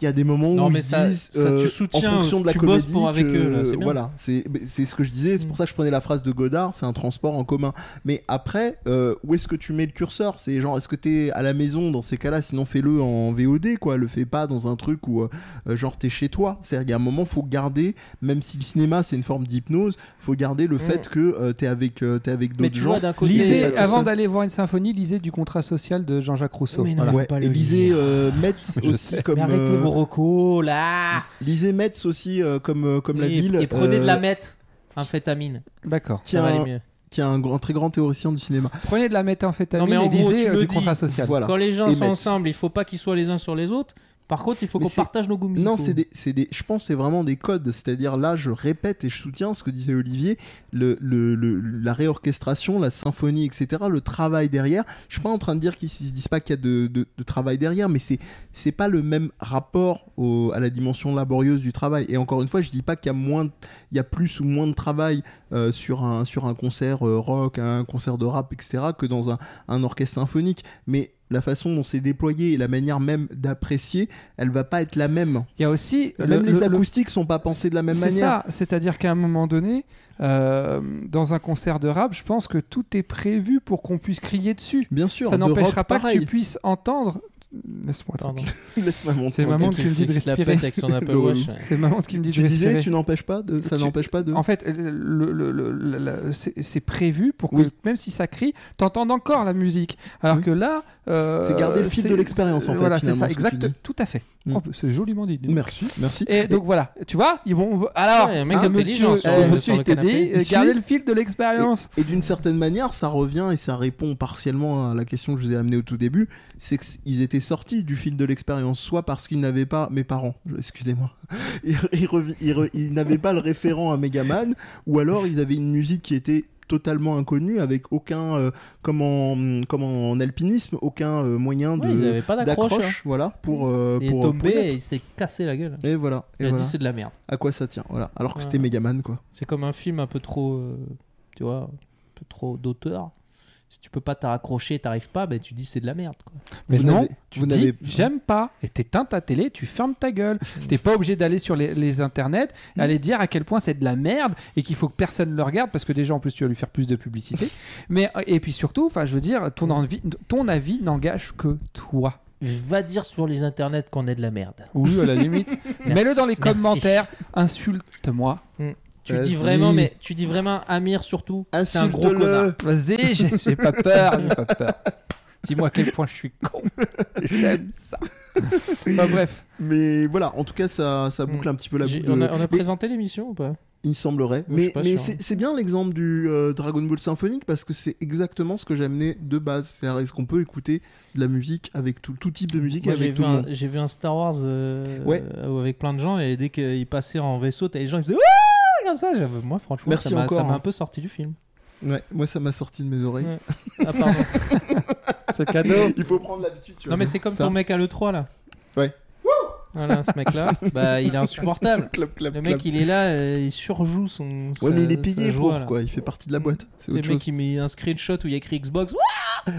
Il y a des moments
Non,
où
mais
ils se
ça-
disent,
ça, tu
euh,
soutiens,
en fonction de la
tu
comédie
bosses pour avec
que-
eux, là, c'est bien.
voilà, c'est mais c'est ce que je disais. C'est pour ça que je prenais la phrase de Godard, c'est un transport en commun. Mais après, euh, où est-ce que tu mets le curseur C'est genre, est-ce que t'es à la maison dans ces cas-là Sinon, fais-le en VOD, quoi. Le fais pas dans un truc où, euh, euh, genre, t'es chez toi. C'est-à-dire, il y a un moment, faut garder, même si le cinéma c'est une forme d'hypnose, faut garder le fait que euh, t'es avec, euh, t'es avec
Mm. Mais
d'autres
tu
gens.
vois, d'un côté.
Lisez,
Lisez,
pas tout
avant
seul.
d'aller voir une symphonie, lisez du contrat social de Jean-Jacques Rousseau.
Mais non,
Voilà.
faut
Ouais,
pas
et
le
lisez
lire.
euh, Metz
Je
aussi
sais.
comme
Mais arrêtez
euh,
vos recos là
lisez Metz aussi euh, comme euh, comme la
et,
ville
et prenez de la
euh,
meth, amphétamine.
D'accord.
qui est
Ça va aller
un-
mieux.
qui est un grand- très grand théoricien du cinéma.
Prenez de la méthamphétamine
Non, mais en
et
gros,
lisez
tu
euh,
le
du
dis.
contrat social.
Voilà.
Quand les gens
Et
sont
Metz.
ensemble, il faut pas qu'ils soient les uns sur les autres. Par contre, il faut
Mais
qu'on
c'est-
partage nos goûts
Non,
musicaux.
c'est des, c'est des, je pense que c'est vraiment des codes. C'est-à-dire là, je répète et je soutiens ce que disait Olivier, le, le- le- la réorchestration, la symphonie, etc., le travail derrière. Je suis pas en train de dire qu'ils se disent pas qu'il y a de, de- de travail derrière, mais c'est c'est pas le même rapport au- à la dimension laborieuse du travail. Et encore une fois, je dis pas qu'il y a moins, de- il y a plus ou moins de travail euh, sur un sur un concert euh, rock, un concert de rap, etc., que dans un, un orchestre symphonique, mais la façon dont c'est déployé et la manière même d'apprécier, elle va pas être la même.
Il y a aussi le-
Même les
le- le-
acoustiques sont pas pensés de la même
C'est
manière.
ça, c'est-à-dire qu'à un moment donné, euh, dans un concert de rap, je pense que tout est prévu pour qu'on puisse crier dessus.
Bien sûr,
Ça
de
n'empêchera
rock,
pas que tu
pareil.
puisses entendre. Laisse-moi
Pardon.
tranquille.
Laisse maman
C'est
tranquille.
maman
Qui-
qui me dit de
qui se la
respirer.
pète avec son Apple
Le
Watch.
C'est maman qui me dit
Tu
de
disais,
respirer.
tu n'empêches pas de, ça
Tu-
n'empêche pas de.
En fait, le- le- le- le- le- c'est c'est prévu pour que
Oui.
même si ça crie, t'entendes encore la musique. Alors
Oui.
que là, euh,
C'est garder le fil
c'est-
de l'expérience, en
c'est-
fait,
Voilà, c'est
finalement,
ça,
ce que tu
exact,
dis.
tout à fait.
Mm.
Oh, c'est joliment dit. dis donc.
Merci, merci.
Et donc voilà, tu vois, ils vont. Alors,
Ouais, un mec
hein,
intelligent
monsieur,
sur
le-
euh, monsieur,
sur le
il te dit,
canapé.
euh,
Il
gardez
suit.
le fil de l'expérience.
Et d'une certaine manière, ça revient et ça répond partiellement à la question que je vous ai amenée au tout début, c'est qu'ils étaient sortis du fil de l'expérience, soit parce qu'ils n'avaient pas, mes parents, je- excusez-moi, ils, ils revi- ils re- ils n'avaient pas le référent à Megaman, ou alors ils avaient une musique qui était totalement inconnue, avec aucun, euh, comme, en, comme en alpinisme, aucun euh, moyen de
Ouais, ils avaient pas d'accroche. hein.
d'accroche, voilà, pour, euh,
Il est
pour, pour
tombé
y
et
être.
il s'est cassé la gueule.
Et voilà, et
Il a
voilà.
dit c'est de la merde.
à quoi ça tient, voilà. Alors que c'était
Ouais.
Megaman, quoi.
C'est comme un film un peu trop, euh, tu vois, un peu trop d'auteur. Si tu peux pas t'accrocher, t'arrives pas, ben tu dis c'est de la merde. Quoi.
Mais
Vous
non,
n'avez-
tu
vous
dis
n'avez-
j'aime pas et t'éteins ta télé, tu fermes ta gueule. T'es pas obligé d'aller sur les, les internets,
Mm.
et aller dire à quel point c'est de la merde et qu'il faut que personne le regarde parce que déjà en plus tu vas lui faire plus de publicité. Mais et puis surtout, enfin je veux dire,
Mm.
ton envie, ton avis n'engage que toi.
Va dire sur les internets qu'on est de la merde.
Oui, à la limite. Mets-le
Merci.
dans les
Merci.
commentaires, insulte-moi.
Tu dis
Vas-y.
vraiment, mais tu dis vraiment Amir surtout. C'est un gros connard.
Insulte-le
Vas-y, j'ai j'ai pas peur, j'ai pas peur. Dis-moi à quel point je suis con. J'aime ça. Enfin, bref,
Mais voilà, en tout cas, ça, ça boucle un petit peu la
Mm. J'ai-
boucle.
On a, on a
Mais
présenté l'émission ou pas
Il semblerait.
je suis
Mais,
pas
mais
sûr, hein.
c'est c'est bien l'exemple du euh, Dragon Ball symphonique parce que c'est exactement ce que j'amenais de base. C'est-à-dire, est-ce qu'on peut écouter de la musique avec tout, tout type de musique et
Moi, J'ai
avec
vu,
tout le
un-
monde
j'ai vu un Star Wars euh,
Ouais.
euh, avec plein de gens et dès qu'ils passaient en vaisseau, t'as les gens qui faisaient Ouah comme ça. J'avais- Moi, franchement,
Merci
ça m'a-
encore,
ça m'a
hein.
un peu sorti du film.
Ouais, moi, ça m'a sorti de mes oreilles.
Ouais. Ah, pardon.
c'est cadeau.
Il faut prendre l'habitude, tu
Non
vois.
mais c'est comme
Ça.
ton mec à l'E3 là.
Ouais.
Voilà, ce mec là, bah il est insupportable.
Clap, clap,
Le
clap.
mec il est là, euh, il surjoue son.
Ouais,
sa-
mais il est
sa
payé
joie,
pour,
là.
quoi. Il fait partie de la boîte. C'est
Le
autre
mec
chose.
il met un screenshot où il y a écrit Xbox. Ouah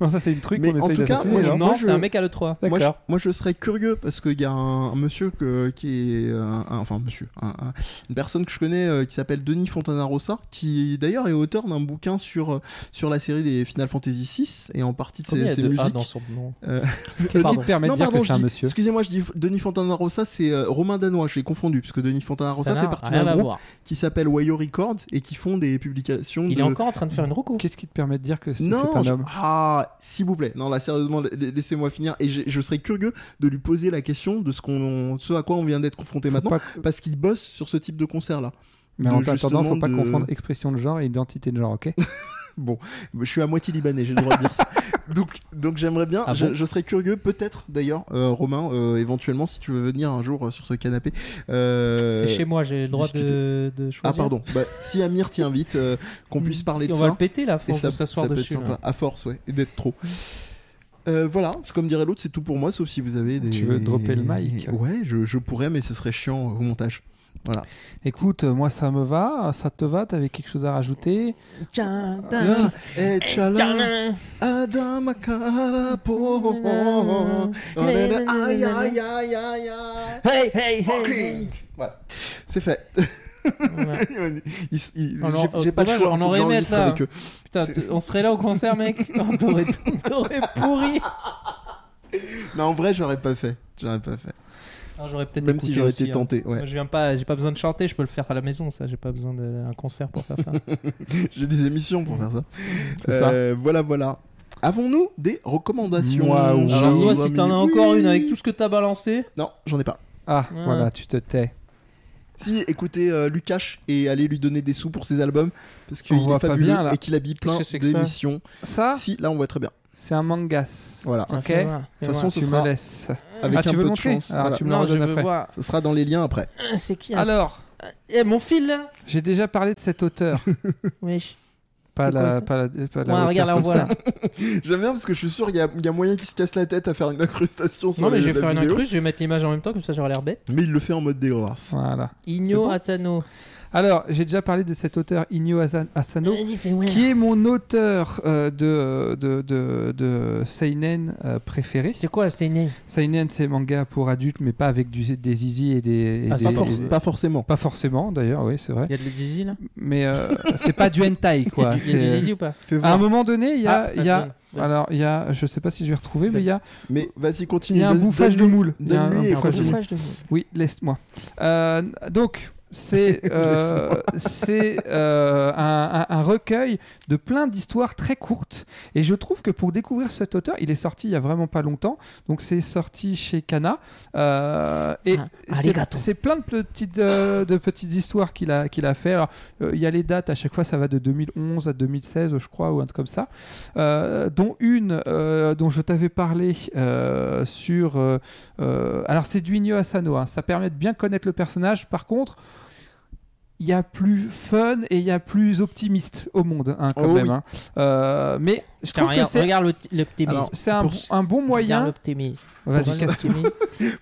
Non, ça, c'est une truc
Mais
qu'on
en
essaye
tout cas,
d'assassiner. hein.
moi, je-
alors.
non,
moi,
c'est un mec à l'E3.
Moi je,
D'accord.
moi, je serais curieux parce qu'il y a un, un monsieur que- qui est. euh, un- enfin, monsieur. un- un- une personne que je connais euh, qui s'appelle Denis Fontana-Rossa, qui d'ailleurs est auteur d'un bouquin sur, euh, sur la série des Final Fantasy VI et en partie de ses,
Combien il y a
ses
de ah, A
musiques.
dans son nom
Euh,
Qu'est-ce qui
Pardon.
te permet de
Non,
dire
pardon,
que c'est un
je dis-
monsieur
Excusez-moi, je dis F- Denis Fontana-Rossa, c'est euh, Romain Danois, je l'ai confondu, puisque Denis Fontana-Rossa
n'a
fait partie
rien
d'un
à
groupe
voir.
qui s'appelle Wayo Records et qui font des publications
Il
de,
est encore en train de faire une roco.
Qu'est-ce qui te permet de dire que c'est
Non,
c'est un
je-
homme
ah, s'il vous plaît. Non, là, sérieusement, la- la- laissez-moi finir. Et je, je serais curieux de lui poser la question de ce, qu'on, ce à quoi on vient d'être confronté
Faut
maintenant,
pas que-
parce qu'il bosse sur ce type de concert-là.
Mais en
de-
attendant, faut
justement,
pas
de-
confondre expression de genre et identité de genre, ok
Je suis à moitié libanais, j'ai le droit de dire ça. donc, donc j'aimerais bien,
Ah
je,
bon
je serais curieux, peut-être d'ailleurs, euh, Romain, euh, éventuellement, si tu veux venir un jour euh, sur ce canapé. euh,
C'est chez moi, j'ai le droit
discuter.
de, de choisir.
Ah, pardon. Bah, si Amir t'y invite, euh, qu'on puisse parler
Mm. Si
de
on
ça.
va le péter là,
Et
faut
ça,
s'asseoir
ça peut être
dessus. là.
sympa, à force, ouais, et d'être trop. Euh, voilà, comme dirait l'autre, c'est tout pour moi, sauf si vous avez des.
Tu veux dropper le mic
Ouais, je, je pourrais, mais ce serait chiant euh, au montage. Voilà.
Écoute, euh, moi ça me va, ça te va, t'avais quelque chose à rajouter
Ah, eh, tchala,
Mmh.
Adam Akara, po. Aïe, aïe, aïe, aïe, aïe.
Hey, hey,
Voilà, c'est fait. Ils- ils-
Alors,
j'ai- J'ai
euh,
pas le
dommage,
choix,
on
faut que
aurait aimé
j'enregistre
être là.
avec eux.
Putain,
C'est-
t- on serait là au concert, mec. On t'aurait t'aurais pourri.
Mais en vrai, j'aurais pas fait. J'aurais pas fait.
Non, j'aurais peut-être
Même si
écouté
j'aurais
aussi,
été
hein.
tenté. Ouais.
Moi, je viens pas, j'ai pas besoin de chanter, je peux le faire à la maison, ça. J'ai pas besoin d'un concert pour faire ça.
J'ai des émissions pour faire ça.
C'est ça.
Euh, Voilà, voilà. Avons-nous des recommandations
Waouh.
Alors, toi, si
Oui.
t'en as encore une avec tout ce que t'as balancé,
Non, j'en ai pas.
Ah,
Ouais.
voilà, tu te tais. Ah.
Si, écoutez euh, Lucash et allez lui donner des sous pour ses albums parce qu'il
On voit
est
pas
fabuleux
bien, là.
et qu'il habille plein
Qu'est-ce que c'est que ça
d'émissions.
Ça,
Si, là, on voit très bien.
c'est un mangas.
Voilà.
tiens,
Ok.
fais voir,
De
fais
toute
voir.
façon, ce
Tu
sera
me laisses.
avec
Ah, tu
un
veux
peu de
montrer
chance.
Alors,
voilà.
tu me le
non, je
redonnes
veux
après.
voir.
Ce sera dans les liens après.
Ah, C'est qui hein,
Alors,
ce- Eh, mon fil là
j'ai déjà parlé de cet auteur.
Wesh.
Pas
C'est quoi,
la,
ça
pas la, pas la
Ouais,
hauteur
regarde là, on
comme
voit
ça.
là.
J'aime bien parce que je suis sûr qu'il y, a- il y a moyen qu'il se casse la tête à faire une incrustation sur
Non, mais
les-
je vais
la
faire une
vidéo.
incruste, je vais mettre l'image en même temps, comme ça j'aurai l'air bête.
Mais il le fait en mode dégueulasse.
Voilà.
Igno
bon
Atano.
Alors, j'ai déjà parlé de cet auteur Inyo Asa- Asano,
Vas-y, fais-moi.
qui est mon auteur euh, de, de, de, de seinen euh, préféré.
C'est quoi, c'est né
Seinen, c'est manga pour adultes, mais pas avec du- des zizi et des. et
Ah,
des-
Pas,
et
forc-
des-
pas forcément.
pas forcément, d'ailleurs, oui, c'est vrai.
Il y a de la zizi là
Mais euh, c'est pas du hentai, quoi.
Il y a du
C'est- euh,
zizi ou pas
Fais
À un
voir.
moment donné, il y a.
Ah,
il y a...
attends.
Alors, il y a, je sais pas si je vais retrouver, mais il y a,
Mais vas-y,
Ah. il
continue.
y a un
Donne-
bouffage de
donne-lui-
moule. Il y a un-
donne-lui
un
et
bouffage de
continue.
moule.
Bouffage de moule.
Oui, laisse-moi. Euh, donc, c'est euh, c'est, euh, un, un- un recueil de plein d'histoires très courtes. Et je trouve que pour découvrir cet auteur, il est sorti il y a vraiment pas longtemps. Donc, c'est sorti chez Kana. Euh, et
Ah,
c'est-
arigato.
c'est plein de petites, euh, de petites histoires qu'il a, qu'il a fait. Alors, euh, il y a les dates, à chaque fois, ça va de 2011 à 2016, je crois, ou un truc comme ça. Euh, dont une euh, dont je t'avais parlé euh, sur. euh, euh, alors, c'est du Inyo Asano. hein. Ça permet de bien connaître le personnage. Par contre, il y a plus fun et il y a plus optimiste au monde, hein, quand
Oh
même.
oui.
hein. Euh, mais je
Tiens,
trouve que
regarde,
c'est.
regarde le- l'optimisme.
Alors,
C'est un,
pour-
bon- un bon
Regarde
moyen.
l'optimisme.
Vas-y,
Regarde
casse-
l'optimisme.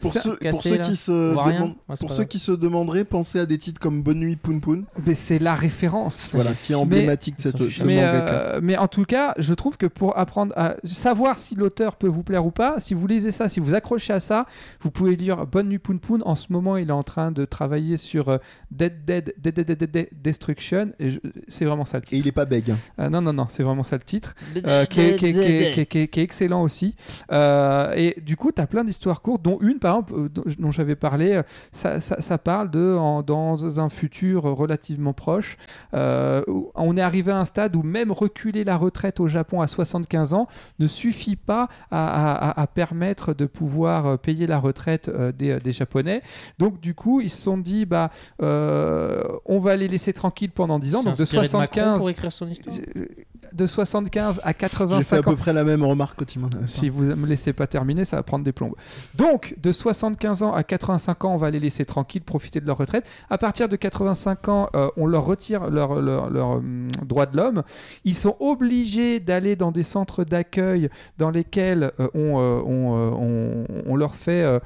Pour
Ça-
ceux,
cassé,
pour ceux
là.
qui se
On voit rien.
demandent-
Ouais, c'est
pour
pas
ceux
grave.
qui se demanderaient, pensez à des titres comme Bonne Nuit Poun Poun,
Mais c'est la référence.
voilà, qui est emblématique de cette, ce
mais,
mangaka.
euh, mais en tout cas, je trouve que pour apprendre à savoir si l'auteur peut vous plaire ou pas, si vous lisez ça, si vous accrochez à ça, vous pouvez lire Bonne nuit Poun Poun. En ce moment, il est en train de travailler sur euh, Dead, Dead Dead Dead Dead Dead Dead Destruction. Et je- C'est vraiment ça le
Et
titre.
il est pas bègue. hein.
Euh, non, non, non, c'est vraiment ça le titre. Euh, qui, est, qui est- qui est- qui est- qui est- qui est excellent aussi. Euh, et du coup, tu as plein d'histoires courtes, dont une, par exemple, euh, dont, dont j'avais parlé, euh, ça, ça- ça parle de en- dans un futur relativement proche. euh, où on est arrivé à un stade où même reculer la retraite au Japon à 75 ans ne suffit pas à, à- à- à permettre de pouvoir euh, payer la retraite euh, des, des Japonais. Donc, du coup, ils se sont dit, bah, euh, on va les laisser tranquilles pendant 10 ans.
C'est
Donc, de
inspiré Macron
75
pour écrire son histoire.
de 75 à
J'ai fait à
85 ans.
peu près la même remarque quand il m'en avait
Si vous me laissez pas terminer, ça va prendre des plombes. Donc, de 75 ans à 85 ans, on va les laisser tranquilles, profiter de leur retraite. À partir de 85 ans, euh, on leur retire leur, leur- leur, hum, droit de l'homme. Ils sont obligés d'aller dans des centres d'accueil dans lesquels euh, on, euh, on, euh, on- on leur fait... euh,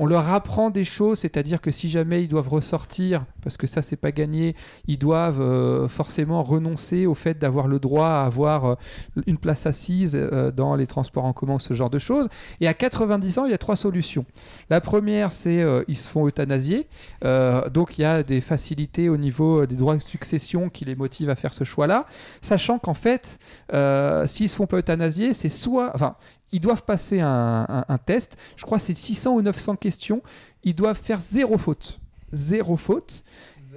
on leur apprend des choses, c'est-à-dire que si jamais ils doivent ressortir, parce que ça c'est pas gagné, ils doivent euh, forcément renoncer au fait d'avoir le droit à avoir euh, une place assise euh, dans les transports en commun, ce genre de choses. Et à 90 ans, il y a trois solutions. La première, c'est euh, ils se font euthanasier. Euh, donc il y a des facilités au niveau euh, des droits de succession qui les motivent à faire ce choix-là, sachant qu'en fait, euh, s'ils se font pas euthanasier, c'est soit, enfin, ils doivent passer un, un- un test. Je crois que c'est 600 ou 900 questions. Ils doivent faire zéro faute. Zéro faute.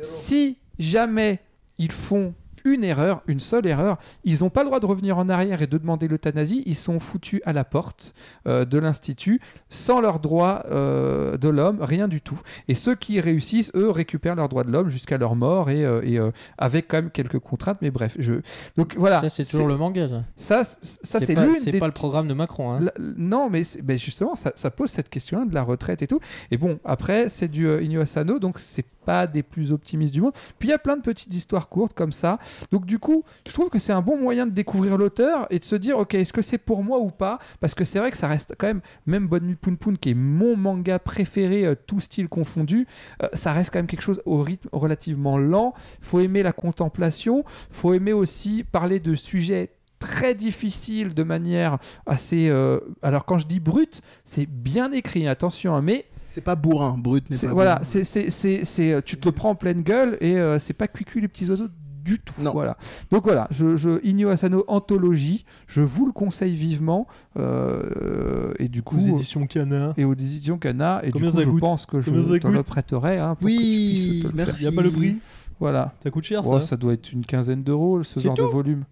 Si jamais ils font une erreur, une seule erreur. Ils n'ont pas le droit de revenir en arrière et de demander l'euthanasie. Ils sont foutus à la porte euh, de l'Institut sans leurs droits euh, de l'homme, rien du tout. Et ceux qui réussissent, eux, récupèrent leurs droits de l'homme jusqu'à leur mort et, euh, et, euh, avec quand même quelques contraintes. Mais bref, je... donc voilà.
ça, c'est toujours le manga. Ça,
Ça, c- ça, c'est
pas,
l'une
C'est
des
pas le
petites-
programme de Macron. Hein.
la- non, mais, c'est- mais justement, ça, ça pose cette question de la retraite et tout. Et bon, après, c'est du euh, Inyo Asano, donc c'est pas des plus optimistes du monde. Puis il y a plein de petites histoires courtes comme ça. Donc du coup, je trouve que c'est un bon moyen de découvrir l'auteur et de se dire, ok, est-ce que c'est pour moi ou pas Parce que c'est vrai que ça reste quand même, même Bonne Nuit Poun Poun, qui est mon manga préféré, euh, tout style confondu, euh, ça reste quand même quelque chose au rythme relativement lent. Faut aimer la contemplation, faut aimer aussi parler de sujets très difficiles de manière assez. euh, alors quand je dis brute, c'est bien écrit, attention, hein, mais
C'est pas bourrin, brut n'est
c'est-
pas.
voilà,
bourrin.
c'est c'est- c'est- c'est, euh, tu te le prends en pleine gueule et euh, c'est pas cuicu les petits oiseaux du tout.
Non.
Voilà. Donc voilà, je, je Inyo Asano anthologie, je vous le conseille vivement euh, et du coup euh,
Aux éditions Canard.
et aux éditions Cana et
Combien
du coup
ça
je
coûte
pense que je
Combien ça
te le
coûte
prêterai hein, pour que tu
Oui,
puisses te le faire.
merci.
Il a pas le prix
Voilà.
Ça coûte cher,
Oh,
ça.
ça doit être une quinzaine d'euros ce
C'est
genre de
tout
volume.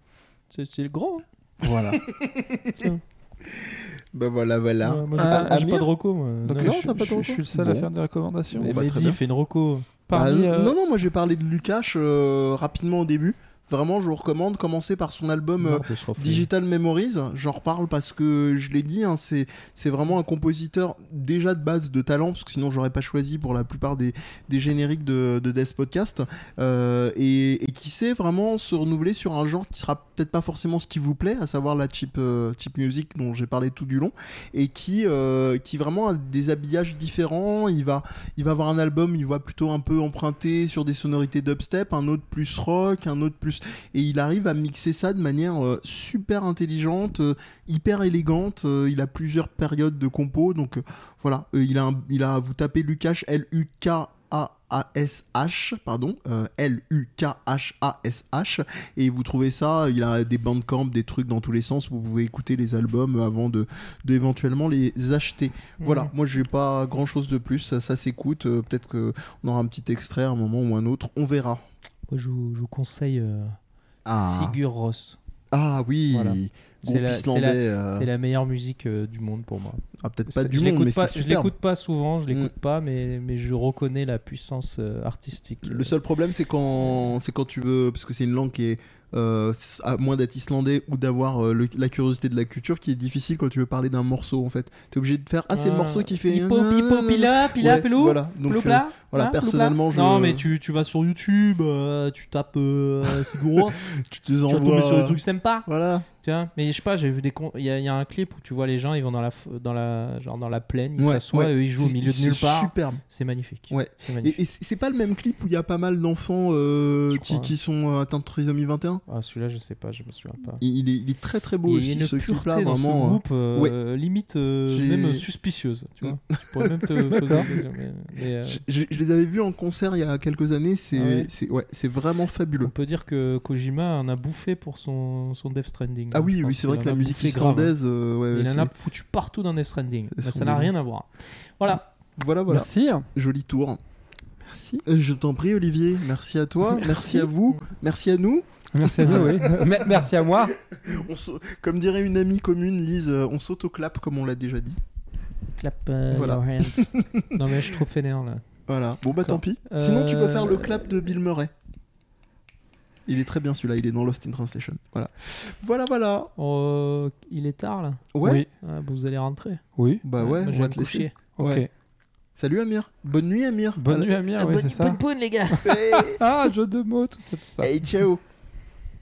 C'est c'est le grand. hein.
Voilà.
Bah voilà, voilà.
Ouais, moi, j'ai
Ah,
pas- j'ai
Amir
pas de euh, reco. Moi.
Donc
Non,
non,
je,
t'as pas
je-
ton
je suis le
compte.
seul à
Bon.
faire des recommandations.
Bon, bah, très
Mehdi
bien.
fait une reco.
Parmi,
Bah,
euh,
Non, non, moi j'ai parlé de Lukash euh, rapidement au début. Vraiment, je vous recommande, commencez par son album euh,
Marre de se refaire.
Digital Memories, j'en reparle parce que je l'ai dit, hein, c'est c'est vraiment un compositeur déjà de base de talent, parce que sinon j'aurais pas choisi pour la plupart des, des génériques de, de Death Podcast, euh, et, et qui sait vraiment se renouveler sur un genre qui sera peut-être pas forcément ce qui vous plaît, à savoir la cheap, euh, cheap music dont j'ai parlé tout du long, et qui, euh, qui vraiment a des habillages différents, il va, il va avoir un album, il va plutôt un peu emprunter sur des sonorités dubstep, un autre plus rock, un autre plus et il arrive à mixer ça de manière euh, super intelligente, euh, hyper élégante. euh, il a plusieurs périodes de compos, donc euh, voilà, euh, il a, un- il a vous tapez Lukash L U K A A S H, pardon, euh, L U K H A S H, et vous trouvez ça. Il a des bandcamps, des trucs dans tous les sens. Vous pouvez écouter les albums avant de, de éventuellement les acheter. Voilà, moi j'ai pas grand chose de plus. Ça, ça s'écoute. euh, Peut-être qu'on aura un petit extrait à un moment ou un autre. On verra.
Moi, je vous, je vous conseille euh, Sigur Rós.
Ah oui,
Ah. Voilà. C'est
groupe
la- c'est
islandais.
la-
euh,
C'est la meilleure musique euh, du monde pour moi.
ah, peut-être pas
C'est-
du
je
monde,
l'écoute
mais
pas-
c'est
Je
superbe. Mm.
l'écoute pas souvent, je l'écoute pas, mais, mais je reconnais la puissance euh, artistique.
Le seul problème, c'est quand, c'est quand tu veux, parce que c'est une langue qui est euh, à moins d'être islandais ou d'avoir euh, le- la curiosité de la culture, qui est difficile quand tu veux parler d'un morceau en fait. T'es obligé de faire ah c'est le morceau qui fait.
Hippo, pipo, pila, pila,
Ouais,
pelou.
Voilà. Donc,
pelou,
euh,
pla,
voilà,
pla, pelou,
personnellement,
pla.
je-
Non, mais tu, tu vas sur YouTube, euh, tu tapes euh, Sigur Rós,
tu te les
tu vas tomber
envoies.
sur des trucs sympas.
Voilà.
Tiens, mais je sais pas, j'ai vu des con- il y, a- il y a un clip où tu vois les gens, ils vont dans la f- dans la genre dans la plaine, ils
Ouais,
s'assoient,
ouais.
et ils jouent au
C'est-
milieu de
c'est
nulle part.
Superbe.
C'est magnifique.
Ouais.
C'est magnifique.
Et, et c'est c'est pas le même clip où il y a pas mal d'enfants euh,
Je
qui,
crois.
qui sont euh, atteints de trisomie 21.
Ah, celui-là, je sais pas, je me souviens pas.
Il, il est, il est très très beau
Il y a
aussi
une
ce clip là
pureté dans
vraiment.
ce
euh,
groupe euh, limite euh,
J'ai-
même suspicieuse, tu vois. Je pourrais même te poser la question, mais- mais, euh,
Je, je- je les avais vus en concert il y a quelques années, c'est
Ah ouais
c'est- ouais, c'est vraiment
on
fabuleux.
peut dire que Kojima en a bouffé pour son, son Death Stranding.
Ah
hein, je
oui, oui,
pense
c'est vrai
qu'il
que la
en a
musique
bouffé grave, hein.
islandaise, euh, ouais, ouais,
Il en
c'est-
a foutu partout dans Death Stranding.
Elles
Bah,
sont
ça n'a
bien.
rien à voir. Voilà.
voilà, voilà,
Merci. hein.
joli tour.
Merci.
Euh, Je t'en prie, Olivier, merci à toi, merci, à vous, merci à nous.
Merci à nous, oui. Me- Merci à moi.
On se- Comme dirait une amie commune, Lise, euh, on s'autoclape comme on l'a déjà dit.
Clap euh,
Voilà.
your hands. non, mais je suis trop fainéant là.
Voilà, bon bah
D'accord.
tant pis. Sinon, tu peux
Euh,
faire le clap de Bill Murray. Il est très bien celui-là, il est dans Lost in Translation. Voilà, voilà, voilà.
Oh, il est tard là.
Ouais,
Oui.
Ah, bah, vous allez rentrer.
Oui.
bah ouais,
Moi,
on
je vais
va
me
te laisser.
coucher.
Ok.
Ouais. Salut Amir, bonne nuit Amir.
Euh, Bonne nuit, Amir. Ah Oui, c'est ça.
les gars.
Hey,
Ah, jeu de mots, tout ça, tout ça.
hey, ciao.